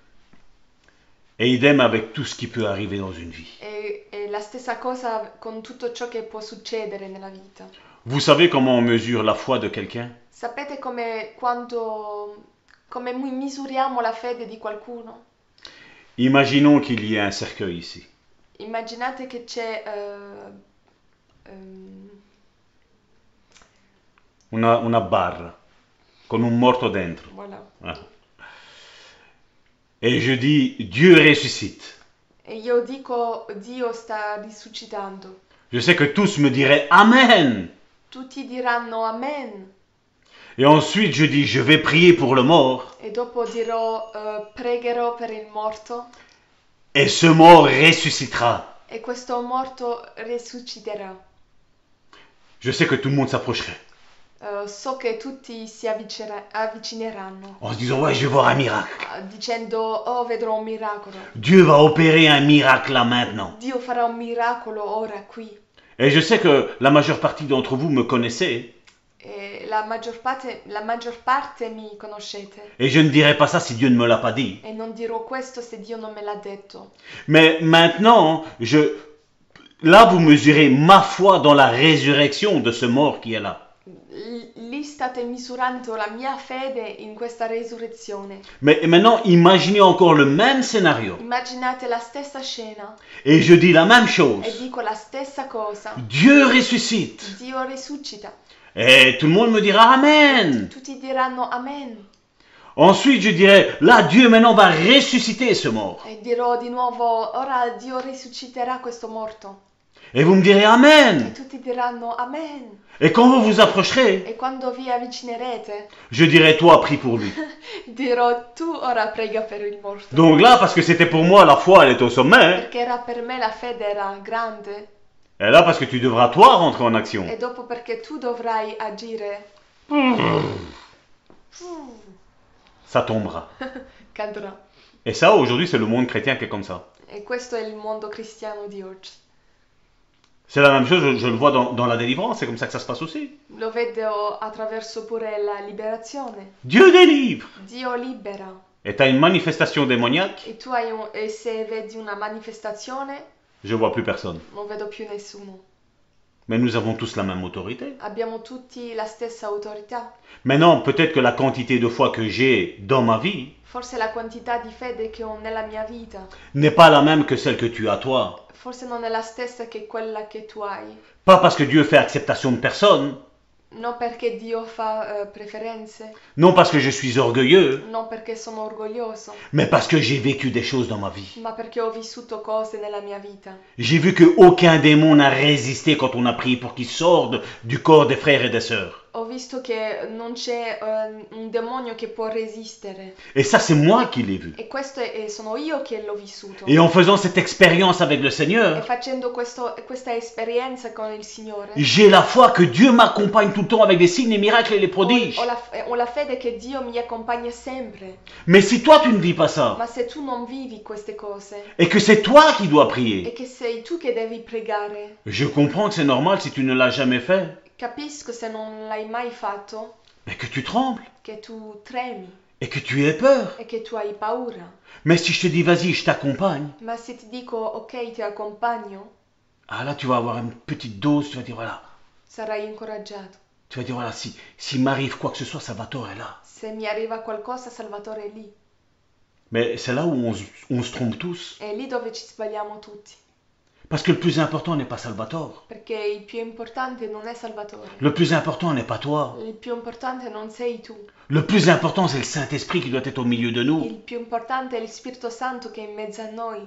S4: Et idem avec tout ce qui peut arriver dans une vie.
S5: E, e la stessa cosa con tutto ciò che può succedere nella vita.
S4: Vous savez comment on mesure la foi de quelqu'un
S5: Sapete come, quanto, come mi- misuriamo la fede di qualcuno?
S4: Imaginons qu'il y ait un cercueil ici.
S5: Immaginate che c'è... eh, ehm,
S4: Una, una barra con un morto dentro.
S5: voilà.
S4: Et je dis Dieu ressuscite.
S5: E io dico Dio sta risuscitando.
S4: Je sais que tous me diraient Amen.
S5: Tutti diranno Amen.
S4: Et ensuite je dis je vais prier pour le mort.
S5: E dopo dirò eh, pregherò per il morto
S4: Et ce mort ressuscitera.
S5: e questo morto risusciterà.
S4: Je sais que tout le monde s'approcherait
S5: Eh, so che tutti si avvicina- avvicineranno
S4: en se disant ouais je vais voir un miracle.
S5: eh, dicendo oh vedrò un miracolo.
S4: Dieu va opérer un miracle là maintenant.
S5: Dio farà un miracolo ora qui.
S4: Et je sais que la majeure partie d'entre vous me connaissez.
S5: E la maggior parte, la maggior parte mi conoscete
S4: Et je ne dirai pas ça si Dieu ne me l'a pas dit.
S5: e non dirò questo se Dio non me l'ha detto.
S4: Mais maintenant, je... là, vous mesurez ma foi dans la résurrection de ce mort qui est là.
S5: L- lì state misurando la mia fede in questa resurrezione.
S4: Mais maintenant, imaginez encore le même scénario.
S5: Immaginate la stessa scena
S4: Et je dis la même chose.
S5: e dico la stessa cosa.
S4: Dieu ressuscite.
S5: Dio risuscita.
S4: Et tout le monde me dira Amen.
S5: Tutti diranno Amen
S4: Ensuite, je dirai, là, Dieu maintenant va ressusciter ce mort.
S5: e dirò di nuovo ora Dio risusciterà questo morto.
S4: Et vous me direz
S5: E
S4: Amen.
S5: tutti diranno Amen.
S4: Et quand vous vous approcherez,
S5: E quando vi avvicinerete
S4: je dirai, toi, prie pour lui.
S5: dirò tu ora prega per il morto.
S4: Donc là, parce que c'était pour moi, la foi, elle est au sommet.
S5: Perché era per me la fede era grande
S4: Et là, parce que tu devras, toi, rentrer en action.
S5: e dopo perché tu dovrai agire
S4: Ça tombera.
S5: cadrà.
S4: Et ça, aujourd'hui, c'est le monde chrétien qui est comme ça.
S5: E questo è il mondo cristiano di oggi.
S4: C'est la même chose, je, je le vois dans, dans la délivrance, c'est comme ça que ça se passe aussi.
S5: Lo vedo attraverso pure la liberazione.
S4: Dieu délivre
S5: Dio libera.
S4: Et t'as une manifestation démoniaque,
S5: E tu hai un- e se vedi una manifestazione
S4: je vois plus personne.
S5: non vedo più nessuno.
S4: Mais nous avons tous la même autorité.
S5: Abbiamo tutti la stessa autorità.
S4: Maintenant, peut-être que la quantité de foi que j'ai dans ma vie
S5: Forse la quantità di fede che ho nella mia vita,
S4: n'est pas la même que celle que tu as toi.
S5: forse non è la stessa che quella che tu hai.
S4: Pas parce que Dieu fait acceptation de personne,
S5: Non perché Dio fa eh, preferenze,
S4: non parce que je suis orgueilleux,
S5: non perché sono orgoglioso,
S4: mais parce que j'ai vécu des choses dans ma vie.
S5: ma perché ho vissuto cose nella mia vita.
S4: J'ai vu que aucun démon n'a résisté quand on a prié pour qu'il sorte du corps des frères et des sœurs.
S5: Ho visto che non c'è eh, un demonio che può resistere
S4: Et ça, c'est moi qui l'ai vu.
S5: e questo è- e sono io che l'ho vissuto.
S4: Et en faisant cette expérience avec le
S5: E
S4: Seigneur,
S5: facendo questo- questa esperienza con il Signore,
S4: j'ai la foi que Dieu m'accompagne tout le temps avec des signes, des miracles et les prodiges.
S5: ho la, eh, ho la fede che Dio mi accompagna sempre.
S4: Mais si toi tu ne vis pas ça,
S5: Ma se tu non vivi queste cose
S4: et que c'est toi qui dois
S5: e
S4: prier,
S5: che sei tu che devi pregare,
S4: je comprends que c'est normal si tu ne l'as jamais fait,
S5: capisco se non l'hai mai fatto
S4: mais que tu trembles,
S5: che tu tremi
S4: et que tu aies peur.
S5: e che tu hai paura.
S4: Mais si je te dis vas-y, je t'accompagne,
S5: Ma se ti dico ok, ti accompagno,
S4: ah là tu vas avoir une petite dose, tu vas dire voilà,
S5: sarai incoraggiato.
S4: tu vas dire voilà, si, si m'arrive quoi que ce soit, Salvatore est là.
S5: Se mi arriva qualcosa, Salvatore è lì.
S4: Mais c'est là où on, se- on se trompe tous,
S5: È lì dove ci sbagliamo tutti.
S4: parce que le plus important n'est pas Salvatore,
S5: Perché il più importante non è Salvatore.
S4: le plus important n'est pas toi,
S5: Il più importante non sei tu.
S4: le plus important c'est le Saint-Esprit qui doit être au milieu de nous.
S5: Il più importante è il Spirito Santo che è in mezzo a noi.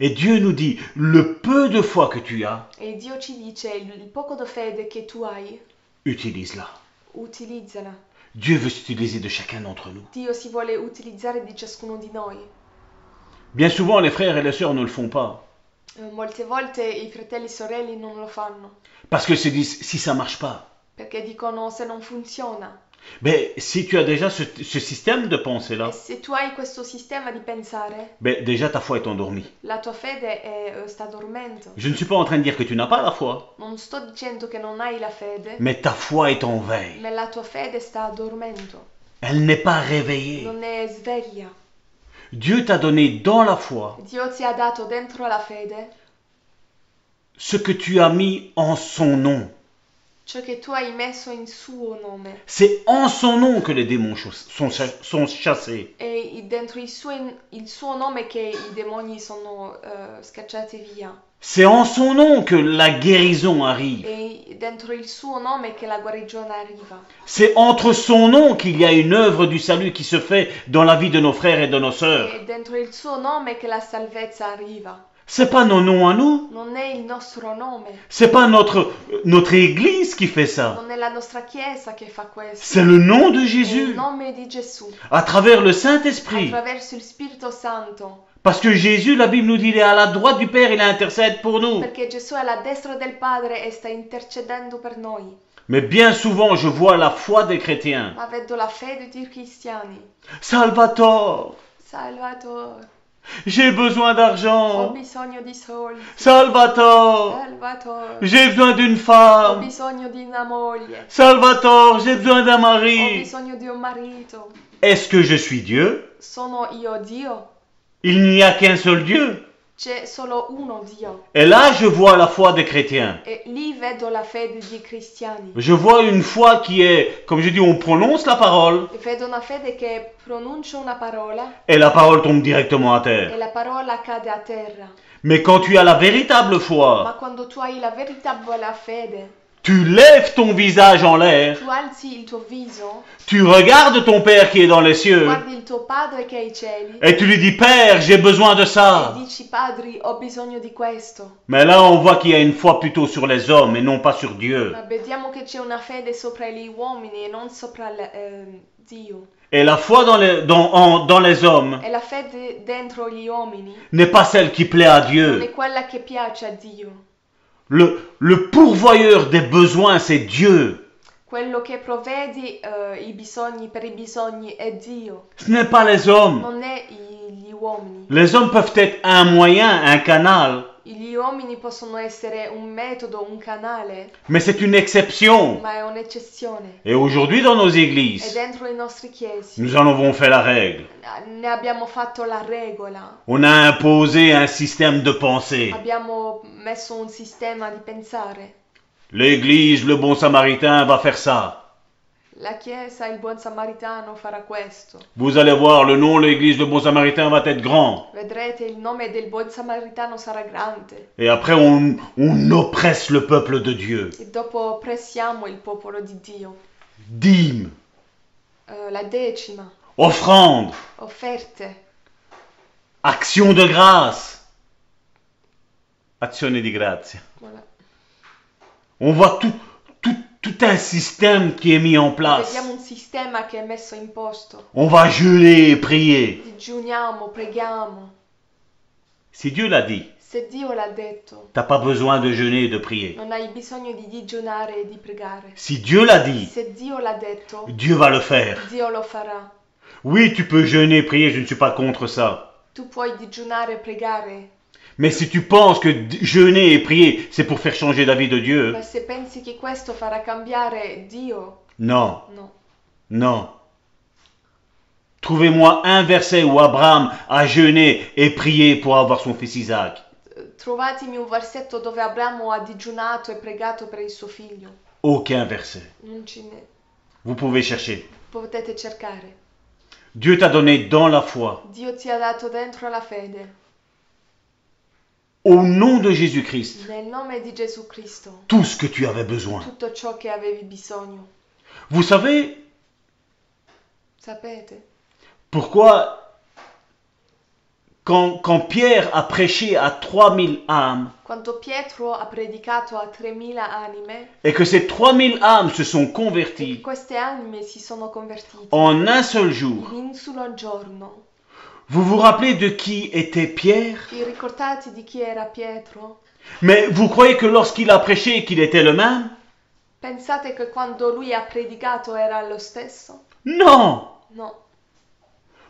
S4: Et Dieu nous dit, le peu de foi que tu as,
S5: E Dio ci dice, il il poco di fede che tu hai,
S4: utilise-la.
S5: utilizzala.
S4: Dieu veut s'utiliser de chacun d'entre nous.
S5: Dio si vuole utilizzare di ciascuno di noi.
S4: Bien souvent, les frères et les sœurs ne le font pas.
S5: Eh, Molte volte i fratelli e sorelle non lo fanno,
S4: Parce qu'ils se disent, si ça marche pas,
S5: perché dicono se non funziona.
S4: Mais si tu as déjà ce, ce système de pensée-là,
S5: E se tu hai questo sistema di pensare,
S4: ben déjà ta foi est endormie.
S5: la tua fede è, eh, sta dormendo.
S4: Je ne suis pas en train de dire que tu n'as pas la foi,
S5: Non sto dicendo che non hai la fede,
S4: mais ta foi est en veille.
S5: ma la tua fede sta dormendo,
S4: Elle n'est pas réveillée.
S5: non è sveglia.
S4: Dieu t'a donné dans la foi
S5: Dio ti ha dato dentro la fede
S4: ce que tu as mis en son nom.
S5: ciò che tu hai messo in suo nome
S4: C'est en son nom que les démons chos- sont, cha- sont chassés.
S5: e i- dentro il suo, il suo nome che i demoni sono eh, scacciati via
S4: C'est en son nom que la guérison arrive.
S5: e dentro il suo nome che la guarigione arriva.
S4: C'est entre son nom qu'il y a une œuvre du salut qui se fait dans la vie de nos frères et de nos sœurs.
S5: È dentro il suo nome che la salvezza arriva.
S4: C'est pas nos noms à nous.
S5: Non è il nostro nome,
S4: C'est pas notre, notre église qui fait ça.
S5: non è la nostra chiesa che fa questo.
S4: C'est le nom de
S5: È il
S4: Jésus,
S5: nome di Gesù,
S4: à travers le Saint-Esprit.
S5: attraverso il Spirito Santo,
S4: Parce que Jésus, la Bible nous dit, il est à la droite du Père, il intercède pour nous.
S5: perché Gesù è alla destra del Padre e sta intercedendo per noi.
S4: Mais bien souvent, je vois la foi des chrétiens.
S5: Ma vedo la fede dei cristiani.
S4: Salvatore,
S5: Salvatore,
S4: j'ai besoin
S5: ho Oh,
S4: d'argent.
S5: bisogno di soldi. Ah.
S4: Salvatore,
S5: Salvatore,
S4: j'ai besoin d'une
S5: ho
S4: femme.
S5: bisogno di una moglie.
S4: Salvatore, j'ai besoin d'un
S5: Ho
S4: mari.
S5: bisogno di un marito.
S4: Est-ce que je suis Dieu
S5: Sono io Dio?
S4: Il n'y a qu'un seul Dieu.
S5: C'è solo uno Dio.
S4: Et là, je vois la foi des chrétiens.
S5: E lì vedo la fede dei cristiani.
S4: Je vois une foi qui est, comme je dis, on prononce la parole
S5: E Vedo una fede che pronuncia una parola
S4: et la parole tombe directement à terre.
S5: e la parola cade a terra.
S4: Mais quand tu as la véritable foi,
S5: Ma quando tu hai la verità fede,
S4: tu lèves ton visage en l'air,
S5: tu alzi il tuo viso,
S4: tu regardes ton Père qui est dans les cieux
S5: guardi il tuo padre che è ai cieli
S4: et tu lui dis Père, j'ai besoin de
S5: e
S4: ça.
S5: dici padri ho bisogno di questo.
S4: Mais là, on voit qu'il y a une foi plutôt sur les hommes et non pas sur Dieu.
S5: Ma vediamo che c'è una fede sopra gli uomini e non sopra l- ehm, Dio.
S4: Et la foi dans les, dans, en- dans les hommes
S5: E la fede dentro gli uomini
S4: n'est pas celle qui plaît à
S5: non
S4: Dieu.
S5: è quella che piace a Dio.
S4: Le, le pourvoyeur des besoins, c'est Dieu.
S5: Quello che provvede eh, i bisogni per i bisogni è Dio,
S4: Ce n'est pas les hommes.
S5: non è i- gli uomini.
S4: Les hommes peuvent être un moyen, un canal,
S5: Gli uomini possono essere un metodo, un canale,
S4: mais c'est une exception.
S5: ma è un'eccezione.
S4: Et aujourd'hui, dans nos
S5: È
S4: églises,
S5: dentro i nostri chiesi.
S4: nous en avons fait la règle.
S5: Ne abbiamo fatto la regola,
S4: On a imposé un système de pensée.
S5: abbiamo messo un sistema di pensare.
S4: L'Église, le bon samaritain, va faire ça.
S5: La Chiesa, il buon samaritano farà questo.
S4: Vous allez voir, le nom, l'Église, le bon samaritain va être grand.
S5: Vedrete, il nome del buon samaritano sarà grande.
S4: Et après, on, on oppresse le peuple de Dieu.
S5: E dopo pressiamo il popolo di Dio.
S4: Dîmes,
S5: Eh, la decima,
S4: offrandes,
S5: offerte,
S4: actions de grâce. Azione di grazia.
S5: voilà.
S4: On voit tout, tout, tout un système qui est mis en place.
S5: Vediamo un sistema che è messo in posto.
S4: On va jeûner et prier.
S5: Digiuniamo, preghiamo.
S4: Si Dieu l'a dit,
S5: Se Dio l'ha detto,
S4: t'as pas besoin de jeûner et de prier.
S5: non hai bisogno di digiunare e di pregare.
S4: Si Dieu l'a dit,
S5: Se Dio l'ha detto,
S4: Dieu va le faire.
S5: Dio lo farà.
S4: Oui, tu peux jeûner, prier, je ne suis pas contre ça.
S5: Tu puoi digiunare e pregare,
S4: Mais si tu penses que d- jeûner et prier, c'est pour faire changer la vie de Dieu,
S5: ma se pensi che questo farà cambiare Dio,
S4: non,
S5: no.
S4: non. Trouvez-moi un verset où Abraham a jeûné et prié pour avoir son fils Isaac.
S5: Trovatemi un versetto dove Abramo ha digiunato e pregato per il suo figlio.
S4: Aucun verset.
S5: Non ce n'è.
S4: Vous pouvez chercher.
S5: Potete cercare.
S4: Dieu t'a donné dans la foi,
S5: Dio ti ha dato dentro la fede.
S4: au nom de Jésus-Christ,
S5: Nel nome di Gesù Cristo,
S4: tout ce que tu avais besoin.
S5: tutto ciò che avevi bisogno.
S4: Vous savez
S5: Sapete?
S4: pourquoi quand, quand Pierre a prêché à 3000 âmes,
S5: Quando Pietro ha predicato a 3000 anime,
S4: et que ces 3000 âmes se sont
S5: e
S4: converties
S5: queste anime si sono convertite
S4: en un seul jour.
S5: in un solo giorno.
S4: Vous vous rappelez de qui était Pierre
S5: Vi ricordate di chi era Pietro?
S4: Mais vous croyez que lorsqu'il a prêché qu'il était le même
S5: Pensate che quando lui ha predicato era lo stesso?
S4: Non
S5: No,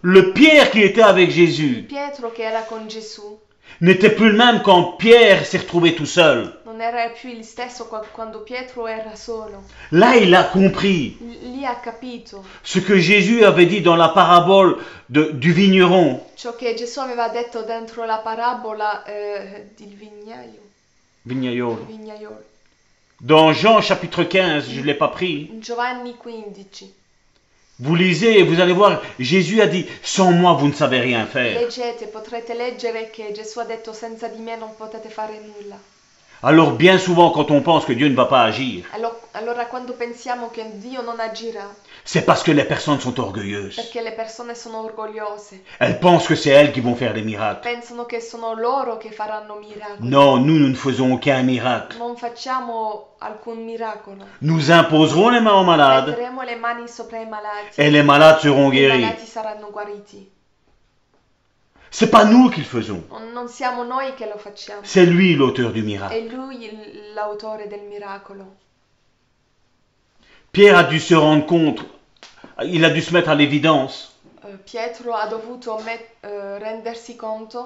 S4: Le Pierre qui était avec
S5: il
S4: Jésus
S5: Pietro che era con Gesù
S4: n'était plus le même quand Pierre s'est retrouvé tout seul.
S5: non era più il stesso qua- quando Pietro era solo.
S4: Là, il a compris
S5: L- Lì ha capito
S4: ce que Jésus avait dit dans la parabole de- du vigneron.
S5: ciò che Gesù aveva detto dentro la parabola eh, del vignaio,
S4: Vignaiolo.
S5: vignaiolo.
S4: Dans Jean chapitre 15, je ne l'ai pas pris.
S5: In Giovanni 15.
S4: Vous lisez et vous allez voir, Jésus a dit, sans moi, vous ne savez rien faire.
S5: Leggete, potrete leggere che Gesù ha detto senza di me non potete fare nulla.
S4: Alors bien souvent, quand on pense que Dieu ne va pas agir,
S5: Allo- Allora quando pensiamo che Dio non agirà
S4: c'est parce que les personnes sont orgueilleuses.
S5: perché le persone sono orgogliose,
S4: Elles pensent que c'est elles qui vont faire des miracles.
S5: pensano che sono loro che faranno miracoli.
S4: Non, nous, nous ne faisons aucun miracle.
S5: Non facciamo alcun miracolo.
S4: Nous imposerons les mains aux malades
S5: Metteremo le mani sopra i malati
S4: et les malades seront
S5: e i
S4: guéris.
S5: malati saranno guariti.
S4: C'est pas nous qui le faisons.
S5: Non non siamo noi che lo facciamo.
S4: C'est lui l'auteur du miracle.
S5: È lui il- l'autore del miracolo.
S4: Pierre a dû se rendre compte. Il a dû se mettre à l'évidence
S5: Eh, Pietro ha dovuto met- eh, rendersi conto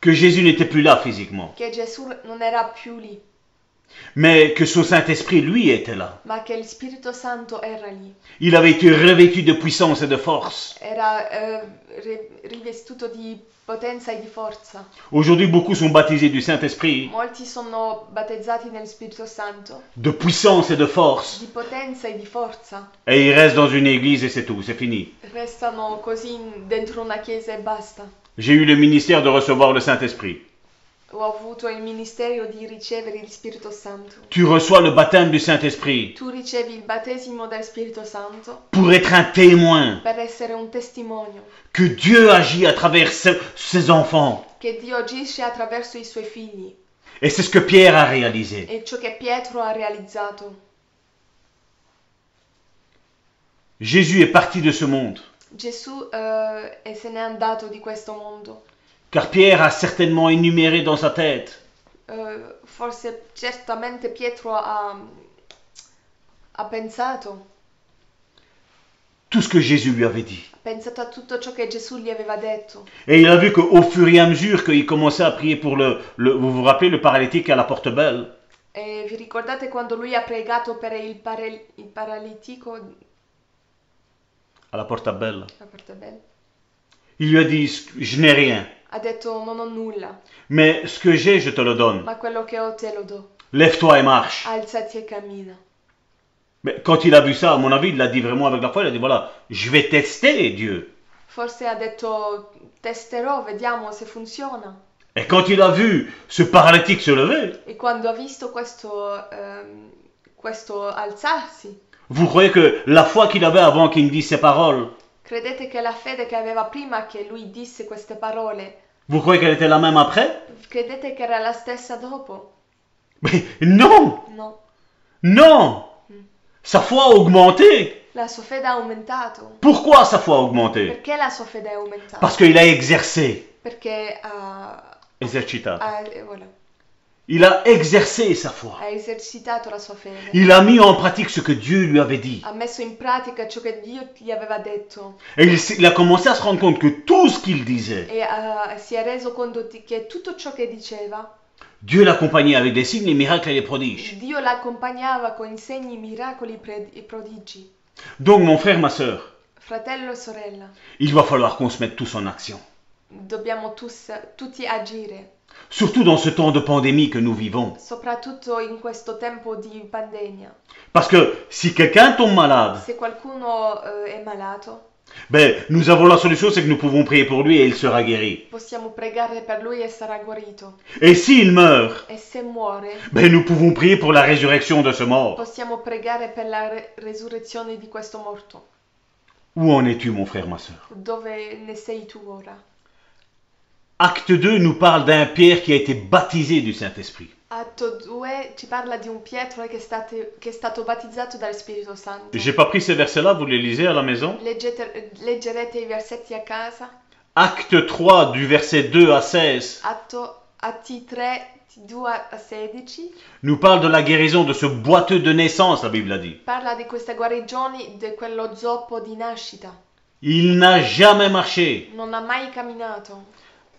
S4: que Jésus n'était plus là physiquement,
S5: che Gesù non era più lì,
S4: mais que son Saint-Esprit, lui, était là.
S5: ma che il Spirito Santo era lì.
S4: Il avait été revêtu de puissance et de force.
S5: Era eh, ri- rivestito di potenza e di forza.
S4: Aujourd'hui, beaucoup sont baptisés du Saint-Esprit,
S5: Molti sono battezzati nel Spirito Santo,
S4: de puissance et de force,
S5: di potenza e di forza.
S4: et ils restent dans une église et c'est tout, c'est fini.
S5: Restano così in- dentro una chiesa e basta.
S4: J'ai eu le ministère de recevoir le Saint-Esprit.
S5: Ho avuto il ministero di ricevere il Spirito Santo.
S4: Tu reçois le baptême du Saint-Esprit
S5: Tu ricevi il battesimo dal Spirito Santo
S4: pour être un témoin
S5: per essere un testimonio
S4: que Dieu agit à travers ce- ses enfants.
S5: che Dio agisce attraverso i suoi figli.
S4: Et c'est ce que Pierre a réalisé.
S5: È ciò che Pietro ha realizzato.
S4: Jésus est parti de ce monde,
S5: Gesù eh, e se n'è andato di questo mondo.
S4: car Pierre a certainement énuméré dans sa tête
S5: Eh, forse certamente Pietro ha, ha pensato,
S4: tout ce que Jésus lui avait dit.
S5: ha pensato a tutto ciò che Gesù gli aveva detto.
S4: Et il a vu qu'au fur et à mesure qu'il commençait à prier pour le, le- Vous vous rappelez le paralytique à la porte belle
S5: E vi ricordate quando lui ha pregato per il, paral- il paralitico?
S4: À la porte belle.
S5: La parte bella.
S4: Il lui a dit Je n'ai rien,
S5: Ha detto non ho nulla,
S4: mais ce que j'ai, je te le donne.
S5: ma quello che ho te lo do.
S4: Lève-toi et marche.
S5: Alzati e cammina.
S4: Mais quand il a vu ça, à mon avis, il l'a dit vraiment avec la foi il a dit Voilà, je vais tester Dieu.
S5: Forse ha detto testerò, vediamo se funziona.
S4: Et quand il a vu ce paralytique se lever,
S5: E quando ha visto questo, ehm, questo alzarsi,
S4: vous croyez que la foi qu'il avait avant qu'il ne dise ces paroles,
S5: credete che la fede che aveva prima che lui disse queste parole,
S4: vous croyez qu'elle était la même après
S5: credete che era la stessa dopo?
S4: Mais non
S5: No.
S4: Non Sa foi a augmenté.
S5: La sua fede ha aumentato.
S4: Pourquoi sa foi a augmenté
S5: Perché la sua fede è aumentata?
S4: Parce qu'il a exercé.
S5: Perché ha,
S4: Exercita.
S5: ha- eh, voilà,
S4: Il a exercé sa foi.
S5: ha esercitato la sua fede.
S4: Il a mis en pratique ce que Dieu lui avait dit.
S5: ha messo in pratica ciò che Dio gli aveva detto
S4: Et il, s- il a commencé à se rendre compte que tout ce qu'il disait,
S5: e eh, si è reso conto di- che tutto ciò che diceva
S4: Dieu l'accompagnait avec des signes, des miracles et des prodiges.
S5: Dio l'accompagnava con segni, miracoli pre- e prodigi.
S4: Donc mon frère, ma soeur,
S5: Fratello e sorella,
S4: il va falloir qu'on se mette tous en action.
S5: dobbiamo tus- tutti agire,
S4: Surtout dans ce temps de pandémie que nous vivons.
S5: soprattutto in questo tempo di pandemia.
S4: Parce que si quelqu'un tombe malade,
S5: Se qualcuno eh, è malato,
S4: ben, nous avons la solution, c'est que nous pouvons prier pour lui et il sera guéri.
S5: possiamo pregare per lui e sarà guarito.
S4: Et s'il meurt,
S5: E se muore,
S4: ben, nous pouvons prier pour la résurrection de ce mort.
S5: possiamo pregare per la re- resurrezione di questo morto.
S4: Où en es-tu, mon frère, ma soeur
S5: Dove ne sei tu ora?
S4: Acte 2 nous parle d'un Pierre qui a été baptisé du Saint-Esprit.
S5: Atto 2 ci parla di un Pietro che, è state- che è stato battezzato dal Spirito Santo.
S4: J'ai pas pris ces versets-là, vous les lisez à la maison.
S5: Leggete- leggerete i versetti a casa.
S4: Acte 3 du verset 2 à 16.
S5: Atto, atti 3, 2 a 16
S4: nous parle de la guérison de ce boiteux de naissance, la Bible a dit.
S5: parla di queste guarigioni di quello zoppo di nascita.
S4: Il n'a jamais marché.
S5: Non ha mai camminato.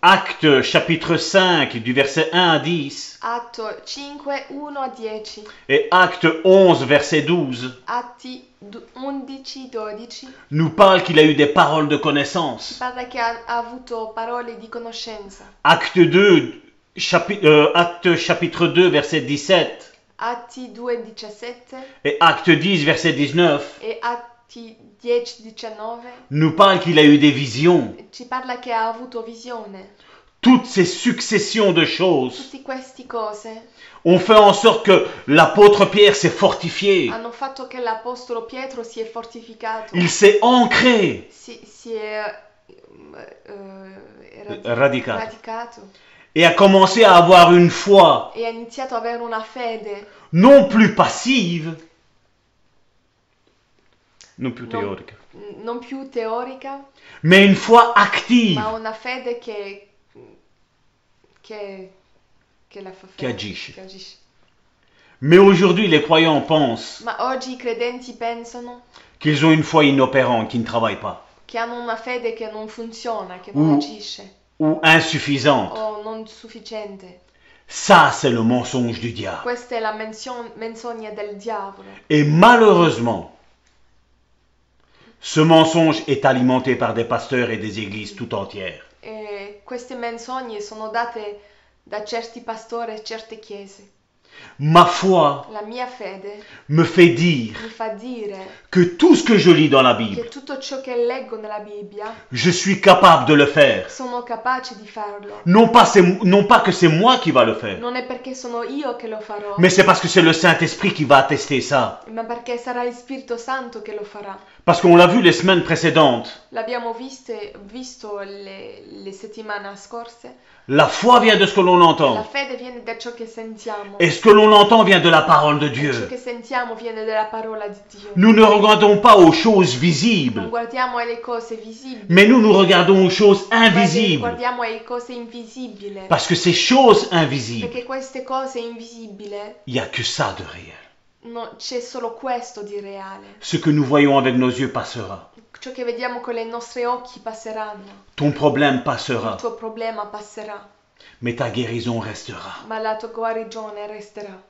S4: Acte chapitre 5 du verset 1 à 10
S5: Atto 5, 1 a 10.
S4: et acte 11 verset 12
S5: Atti du- 11, 12.
S4: nous parle qu'il a eu des paroles de connaissance.
S5: Parla che ha, ha avuto parole di conoscenza.
S4: Acte 2, chapi- euh, acte chapitre 2 verset 17
S5: Atti 2, 17
S4: et acte 10 verset 19
S5: e Atti 10, 19.
S4: nous parle qu'il a eu des visions.
S5: Ci parla che ha avuto visione.
S4: Toutes ces successions de choses
S5: Tutte queste cose
S4: ont fait en sorte que l'apôtre Pierre s'est fortifié.
S5: hanno fatto che l'Apostolo Pietro si è fortificato.
S4: Il s'est ancré.
S5: Si, si è ehm, eh, radi-
S4: Radicato.
S5: radicato
S4: et a commencé à avoir une foi
S5: e ha iniziato ad avere una fede
S4: non plus passive, non plus
S5: Non.
S4: théorique,
S5: mh, mm, non più teorica,
S4: mais une foi active
S5: ma una fede che, che, che la fa
S4: Che
S5: fede,
S4: agisce.
S5: che agisce.
S4: Mais aujourd'hui, les croyants pensent
S5: Ma oggi i credenti pensano
S4: qu'ils ont une foi inopérante, qui ne travaille pas,
S5: che hanno una fede che non funziona, che non
S4: Mm.
S5: agisce
S4: ou insuffisante.
S5: o non sufficiente.
S4: Ça, c'est le mensonge du diable.
S5: Questa è la menzion- menzogna del diavolo
S4: Et malheureusement, ce mensonge est alimenté par des pasteurs et des églises tout entières.
S5: e queste menzogne sono date da certi pastori e certe chiese.
S4: Ma foi
S5: La mia fede
S4: me fait dire
S5: mi fa dire
S4: que tout ce que je lis dans la Bible,
S5: che tutto ciò che leggo nella Bibbia
S4: je suis capable de le faire.
S5: sono capace di farlo.
S4: Non pas, c'est- non pas que c'est moi qui va le faire,
S5: Non è perché sono io che lo farò,
S4: mais c'est parce que c'est le Saint-Esprit qui va attester ça.
S5: ma perché sarà il Spirito Santo che lo farà.
S4: Parce qu'on l'a vu les semaines précédentes,
S5: L'abbiamo viste- visto le, le settimane scorse.
S4: la foi vient de ce que l'on
S5: La
S4: entend.
S5: fede viene da ciò che sentiamo.
S4: Et ce que l'on entend vient de la parole de
S5: E ciò
S4: Dieu.
S5: che sentiamo viene dalla parola di Dio.
S4: Nous ne regardons pas aux choses
S5: Non
S4: visibles,
S5: guardiamo alle cose visibili,
S4: mais nous nous regardons aux choses
S5: ma
S4: invisibles.
S5: guardiamo alle cose invisibili.
S4: Parce que ces choses invisibles,
S5: Perché queste cose invisibili,
S4: il n'y a que ça de réel.
S5: no, c'è solo questo di reale.
S4: Ce que nous voyons avec nos yeux passera.
S5: Ciò che vediamo con le nostre occhi passeranno,
S4: Ton problème
S5: il
S4: passera,
S5: tuo problema passerà,
S4: mais ta guérison restera.
S5: ma la tua guarigione resterà.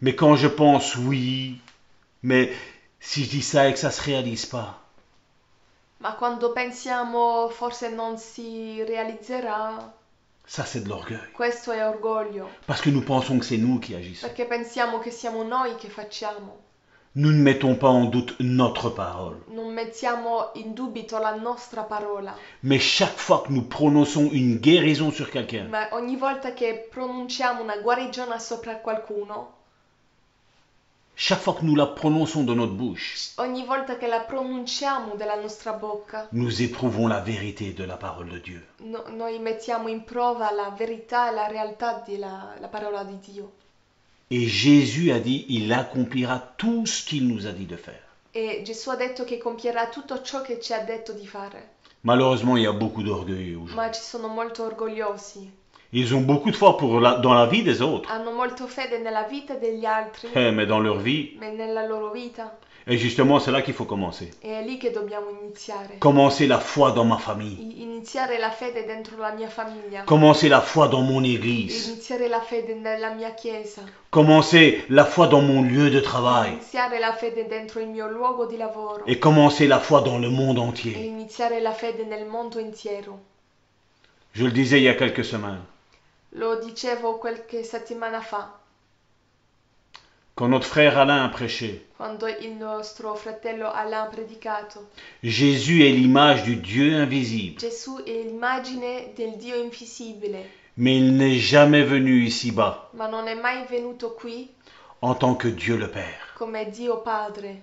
S4: Mais quand je pense oui, mais si je dis ça et que ça se réalise pas,
S5: Ma quando pensiamo forse non si realizzerà,
S4: ça c'est de l'orgueil.
S5: questo è orgoglio,
S4: Parce que nous pensons que c'est nous qui agissons.
S5: perché pensiamo che siamo noi che facciamo,
S4: Nous ne mettons pas en doute notre parole.
S5: non mettiamo in dubito la nostra parola,
S4: Mais chaque fois que nous prononçons une guérison sur quelqu'un,
S5: ma ogni volta che pronunciamo una guarigione sopra qualcuno,
S4: chaque fois que nous la prononçons de notre bouche,
S5: ogni volta che la pronunciamo dalla nostra bocca,
S4: nous éprouvons la vérité de la parole de Dieu.
S5: no- noi mettiamo in prova la verità e la realtà della la parola di Dio.
S4: Et Jésus a dit, il accomplira tout ce qu'il nous a dit de faire.
S5: E Gesù ha detto che compierà tutto ciò che ci ha detto di fare,
S4: Malheureusement, il y a beaucoup d'orgueilleux aujourd'hui.
S5: ma ci sono molto orgogliosi,
S4: Ils ont beaucoup de foi pour la- dans la vie des autres,
S5: hanno molto fede nella vita degli altri,
S4: Eh, mais dans leur vie.
S5: ma nella loro vita.
S4: Et justement, c'est là qu'il faut commencer.
S5: E è lì che dobbiamo iniziare.
S4: Commencer la foi dans ma famille.
S5: I- Iniziare la fede dentro la mia famiglia,
S4: Commencer la foi dans mon église.
S5: iniziare la fede nella mia chiesa,
S4: Commencer la foi dans mon lieu de travail.
S5: iniziare la fede dentro il mio luogo di lavoro
S4: Et commencer la foi dans le monde
S5: e
S4: entier.
S5: iniziare la fede nel mondo intero.
S4: Je le disais il y a quelques semaines.
S5: Lo dicevo qualche settimana fa,
S4: Quand notre frère Alain a prêché,
S5: quando il nostro fratello Alain ha predicato.
S4: Jésus est l'image du Dieu invisible.
S5: Gesù è l'immagine del Dio invisibile,
S4: Mais il n'est jamais venu ici-bas
S5: ma non è mai venuto qui
S4: en tant que Dieu le Père.
S5: come Dio Padre.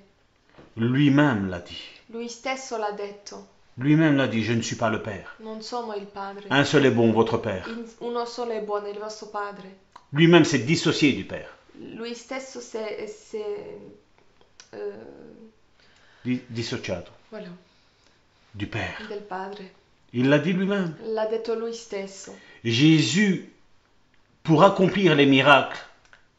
S4: Lui-même l'a dit.
S5: Lui stesso l'ha detto,
S4: Lui-même l'a dit, je ne suis pas le Père.
S5: non sono il Padre.
S4: Un seul est bon, votre Père.
S5: In- uno solo è buono, il vostro Padre.
S4: Lui-même s'est dissocié du Père.
S5: Lui stesso se... se eh,
S4: Di- Dissociato
S5: voilà,
S4: du Père.
S5: del Padre.
S4: Il l'a dit lui-même.
S5: L'ha detto lui stesso.
S4: Jésus pour accomplir les miracles,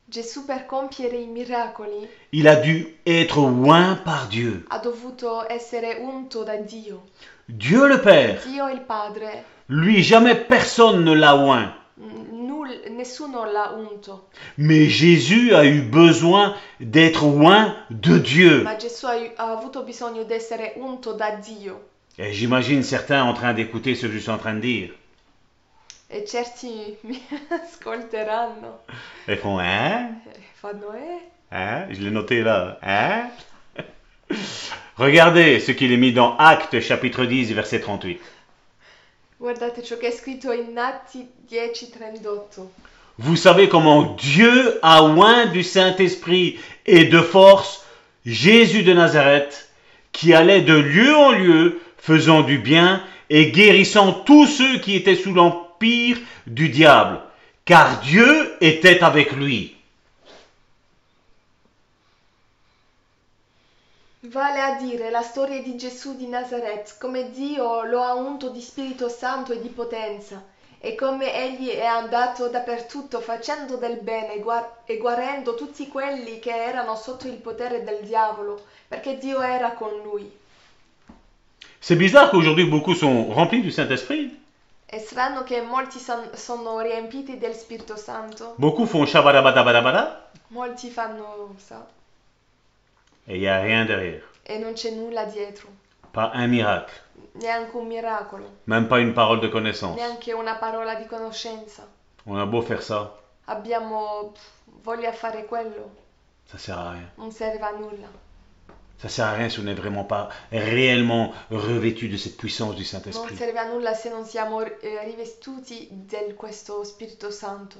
S5: Gesù per compiere i miracoli
S4: il a dû être oint par Dieu.
S5: ha dovuto essere unto da Dio.
S4: Dieu le Père,
S5: Dio il Padre,
S4: lui jamais personne ne l'a oint.
S5: n- nul- Mm, nessuno l'ha unto,
S4: Mais Jésus a eu besoin d'être oint de Dieu.
S5: ma Gesù ha, ha avuto bisogno di essere unto da Dio.
S4: Et j'imagine certains en train d'écouter ce que je suis en train de dire.
S5: E certi mi ascolteranno
S4: Ils font Hein
S5: e fanno, eh,
S4: Hein Je l'ai noté là. Hein Regardez ce qu'il est mis dans Actes chapitre 10, verset 38.
S5: guardate ciò che è scritto in Atti 10, 38.
S4: Vous savez comment Dieu a oint du Saint-Esprit et de force Jésus de Nazareth, qui allait de lieu en lieu, faisant du bien et guérissant tous ceux qui étaient sous l'empire du diable, car Dieu était avec lui.
S5: Vale a dire la storia di Gesù di Nazareth, come Dio lo ha unto di Spirito Santo e di potenza, e come egli è andato dappertutto facendo del bene gua- e guarendo tutti quelli che erano sotto il potere del diavolo, perché Dio era con lui.
S4: C'est bizarre qu'aujourd'hui beaucoup sont remplis du Saint-Esprit.
S5: È strano che molti son- sono riempiti del Spirito Santo,
S4: Beaucoup font shabadabadabadabada
S5: molti fanno, sa,
S4: et il n'y a rien derrière.
S5: e non c'è nulla dietro,
S4: Pas un miracle,
S5: neanche un miracolo,
S4: même pas une parole de connaissance.
S5: neanche una parola di conoscenza.
S4: On a beau faire ça,
S5: Abbiamo pff, voglia fare quello.
S4: ça sert à rien.
S5: Non serve a nulla.
S4: Ça sert à rien si on n'est vraiment pas réellement revêtu de cette puissance du
S5: Non
S4: Saint-Esprit.
S5: serve a nulla se non siamo eh, rivestiti del questo Spirito Santo.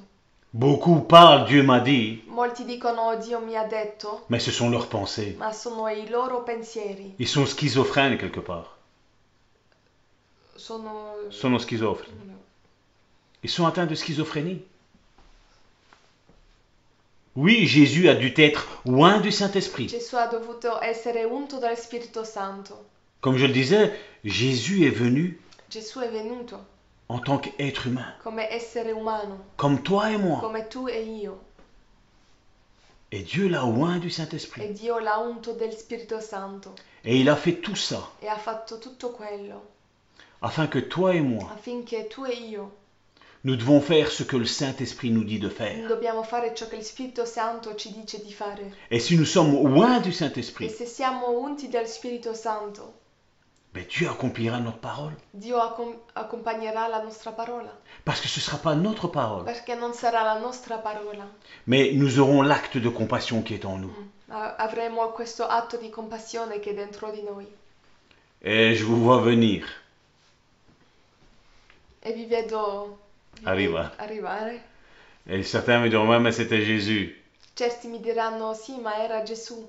S4: Beaucoup parlent, Dieu m'a dit,
S5: Molti dicono Dio mi ha detto,
S4: mais ce sont leurs pensées.
S5: ma sono i loro pensieri.
S4: Ils sont schizophrènes quelque part.
S5: Sono...
S4: Ils sont schizophrènes. Ils sont atteints de schizophrénie. Oui, Jésus a dû être loin du Saint-Esprit.
S5: Gesù ha dovuto essere unto dal Spirito Santo.
S4: Comme je le disais, Jésus est venu
S5: Gesù è venuto
S4: en tant qu'être humain,
S5: come essere umano,
S4: comme toi et moi.
S5: come tu e io.
S4: Et Dieu l'a loin du Saint-Esprit.
S5: E Dio l'ha unto del Spirito Santo
S4: Et il a fait tout ça
S5: e ha fatto tutto quello
S4: afin que toi et moi,
S5: affinché tu e io
S4: nous devons faire ce que le Saint-Esprit nous dit de faire.
S5: dobbiamo fare ciò che il Spirito Santo ci dice di fare.
S4: Et si nous sommes loin du
S5: E
S4: Saint-Esprit,
S5: se siamo unti dal Spirito Santo,
S4: ben Dieu accomplira notre parole.
S5: Dio accom- accompagnerà la nostra parola,
S4: Parce que ce ne sera pas notre parole,
S5: perché non sarà la nostra parola.
S4: mais nous aurons l'acte de compassion qui est en nous.
S5: A- avremo questo atto di compassione che è dentro di noi.
S4: Et je vous vois venir.
S5: E vi vedo vi vedo
S4: Arriva.
S5: arrivare.
S4: Ah Et certains me diront, ouais, mais c'était Jésus.
S5: Certi mi diranno, sì, ma era Gesù,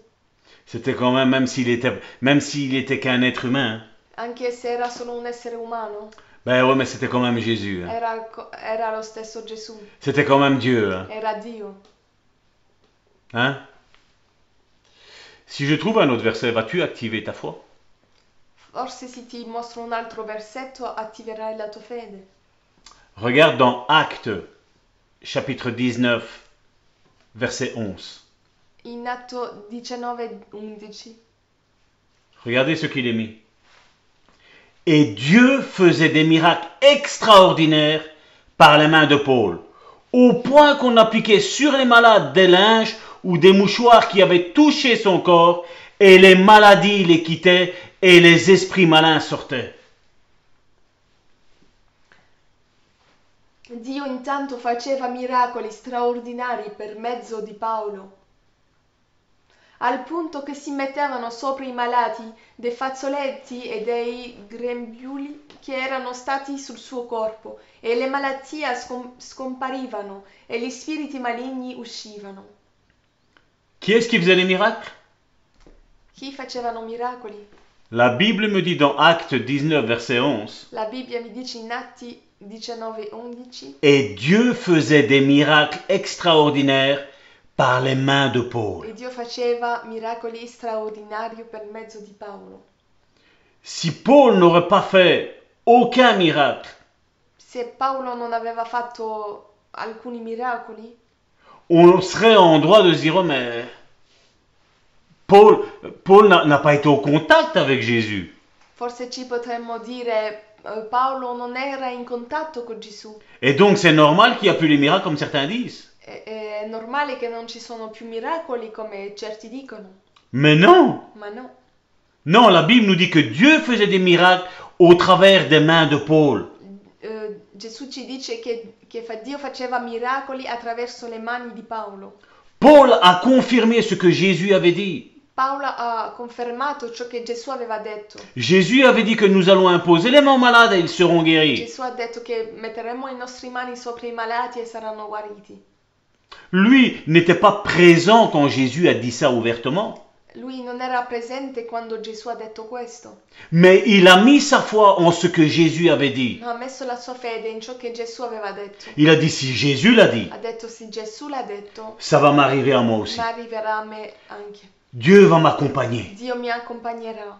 S4: C'était quand même, même s'il était, même s'il était qu'un être humain, hein.
S5: anche se era solo un essere umano,
S4: ben ouais, mais c'était quand même Jésus. hein.
S5: era, co- era lo stesso Gesù,
S4: C'était quand même Dieu. hein.
S5: era Dio.
S4: Hein si je trouve un autre verset, vas-tu activer ta foi
S5: Forse se ti mostro un altro versetto attiverai la tua fede.
S4: Regarde dans Actes, chapitre 19, verset 11.
S5: In atto 19.11.
S4: Regardez ce qu'il est mis. Et Dieu faisait des miracles extraordinaires par les mains de Paul, au point qu'on appliquait sur les malades des linges ou des mouchoirs qui avaient touché son corps, et les maladies les quittaient, et les esprits malins sortaient.
S5: Dio intanto faceva miracoli straordinari per mezzo di Paolo, al punto che si mettevano sopra i malati dei fazzoletti e dei grembiuli che erano stati sul suo corpo, e le malattie scom- scomparivano e gli spiriti maligni uscivano.
S4: Qui est-ce qui faisait les miracles
S5: Chi facevano miracoli?
S4: La Bible me dit dans Actes 19, verset 11,
S5: La Bibbia mi dice in Atti 19:11
S4: Et Dieu faisait des miracles extraordinaires par les mains de Paul.
S5: e Dio faceva miracoli straordinari per mezzo di Paolo.
S4: Si Paul n'aurait pas fait aucun miracle,
S5: se Paolo non aveva fatto alcuni miracoli?
S4: on serait en droit de se dire, oh, mais Paul, Paul n'a n'a pas été au contact avec Jésus.
S5: Forse ci potremmo dire eh, Paolo non era in contatto con Gesù.
S4: Et donc c'est normal qu'il n'y a plus les miracles comme certains disent.
S5: È, è normale che non ci sono più miracoli come certi dicono,
S4: Mais non,
S5: ma no.
S4: non, la Bible nous dit que Dieu faisait des miracles au travers des mains de Paul.
S5: Eh, Gesù ci dice che, che fa- Dio faceva miracoli attraverso le mani di Paolo.
S4: Paul a confirmé ce que Jésus avait dit.
S5: Paolo ha confermato ciò che Gesù aveva detto.
S4: Jésus avait dit que nous allons imposer les mains aux malades et ils seront guéris.
S5: Gesù ha detto che metteremo i nostri mani sopra i malati e saranno guariti.
S4: Lui n'était pas présent quand Jésus a dit ça ouvertement,
S5: Lui non era presente quando Gesù ha detto questo,
S4: mais il a mis sa foi en ce que Jésus avait dit.
S5: ma ha messo la sua fede in ciò che Gesù aveva detto.
S4: Il a dit si Jésus l'a dit,
S5: Ha detto sì, Gesù l'ha detto,
S4: ça va m'arriver à moi aussi.
S5: ma arriverà a me anche.
S4: Dieu va m'accompagner.
S5: Dio mi accompagnerà.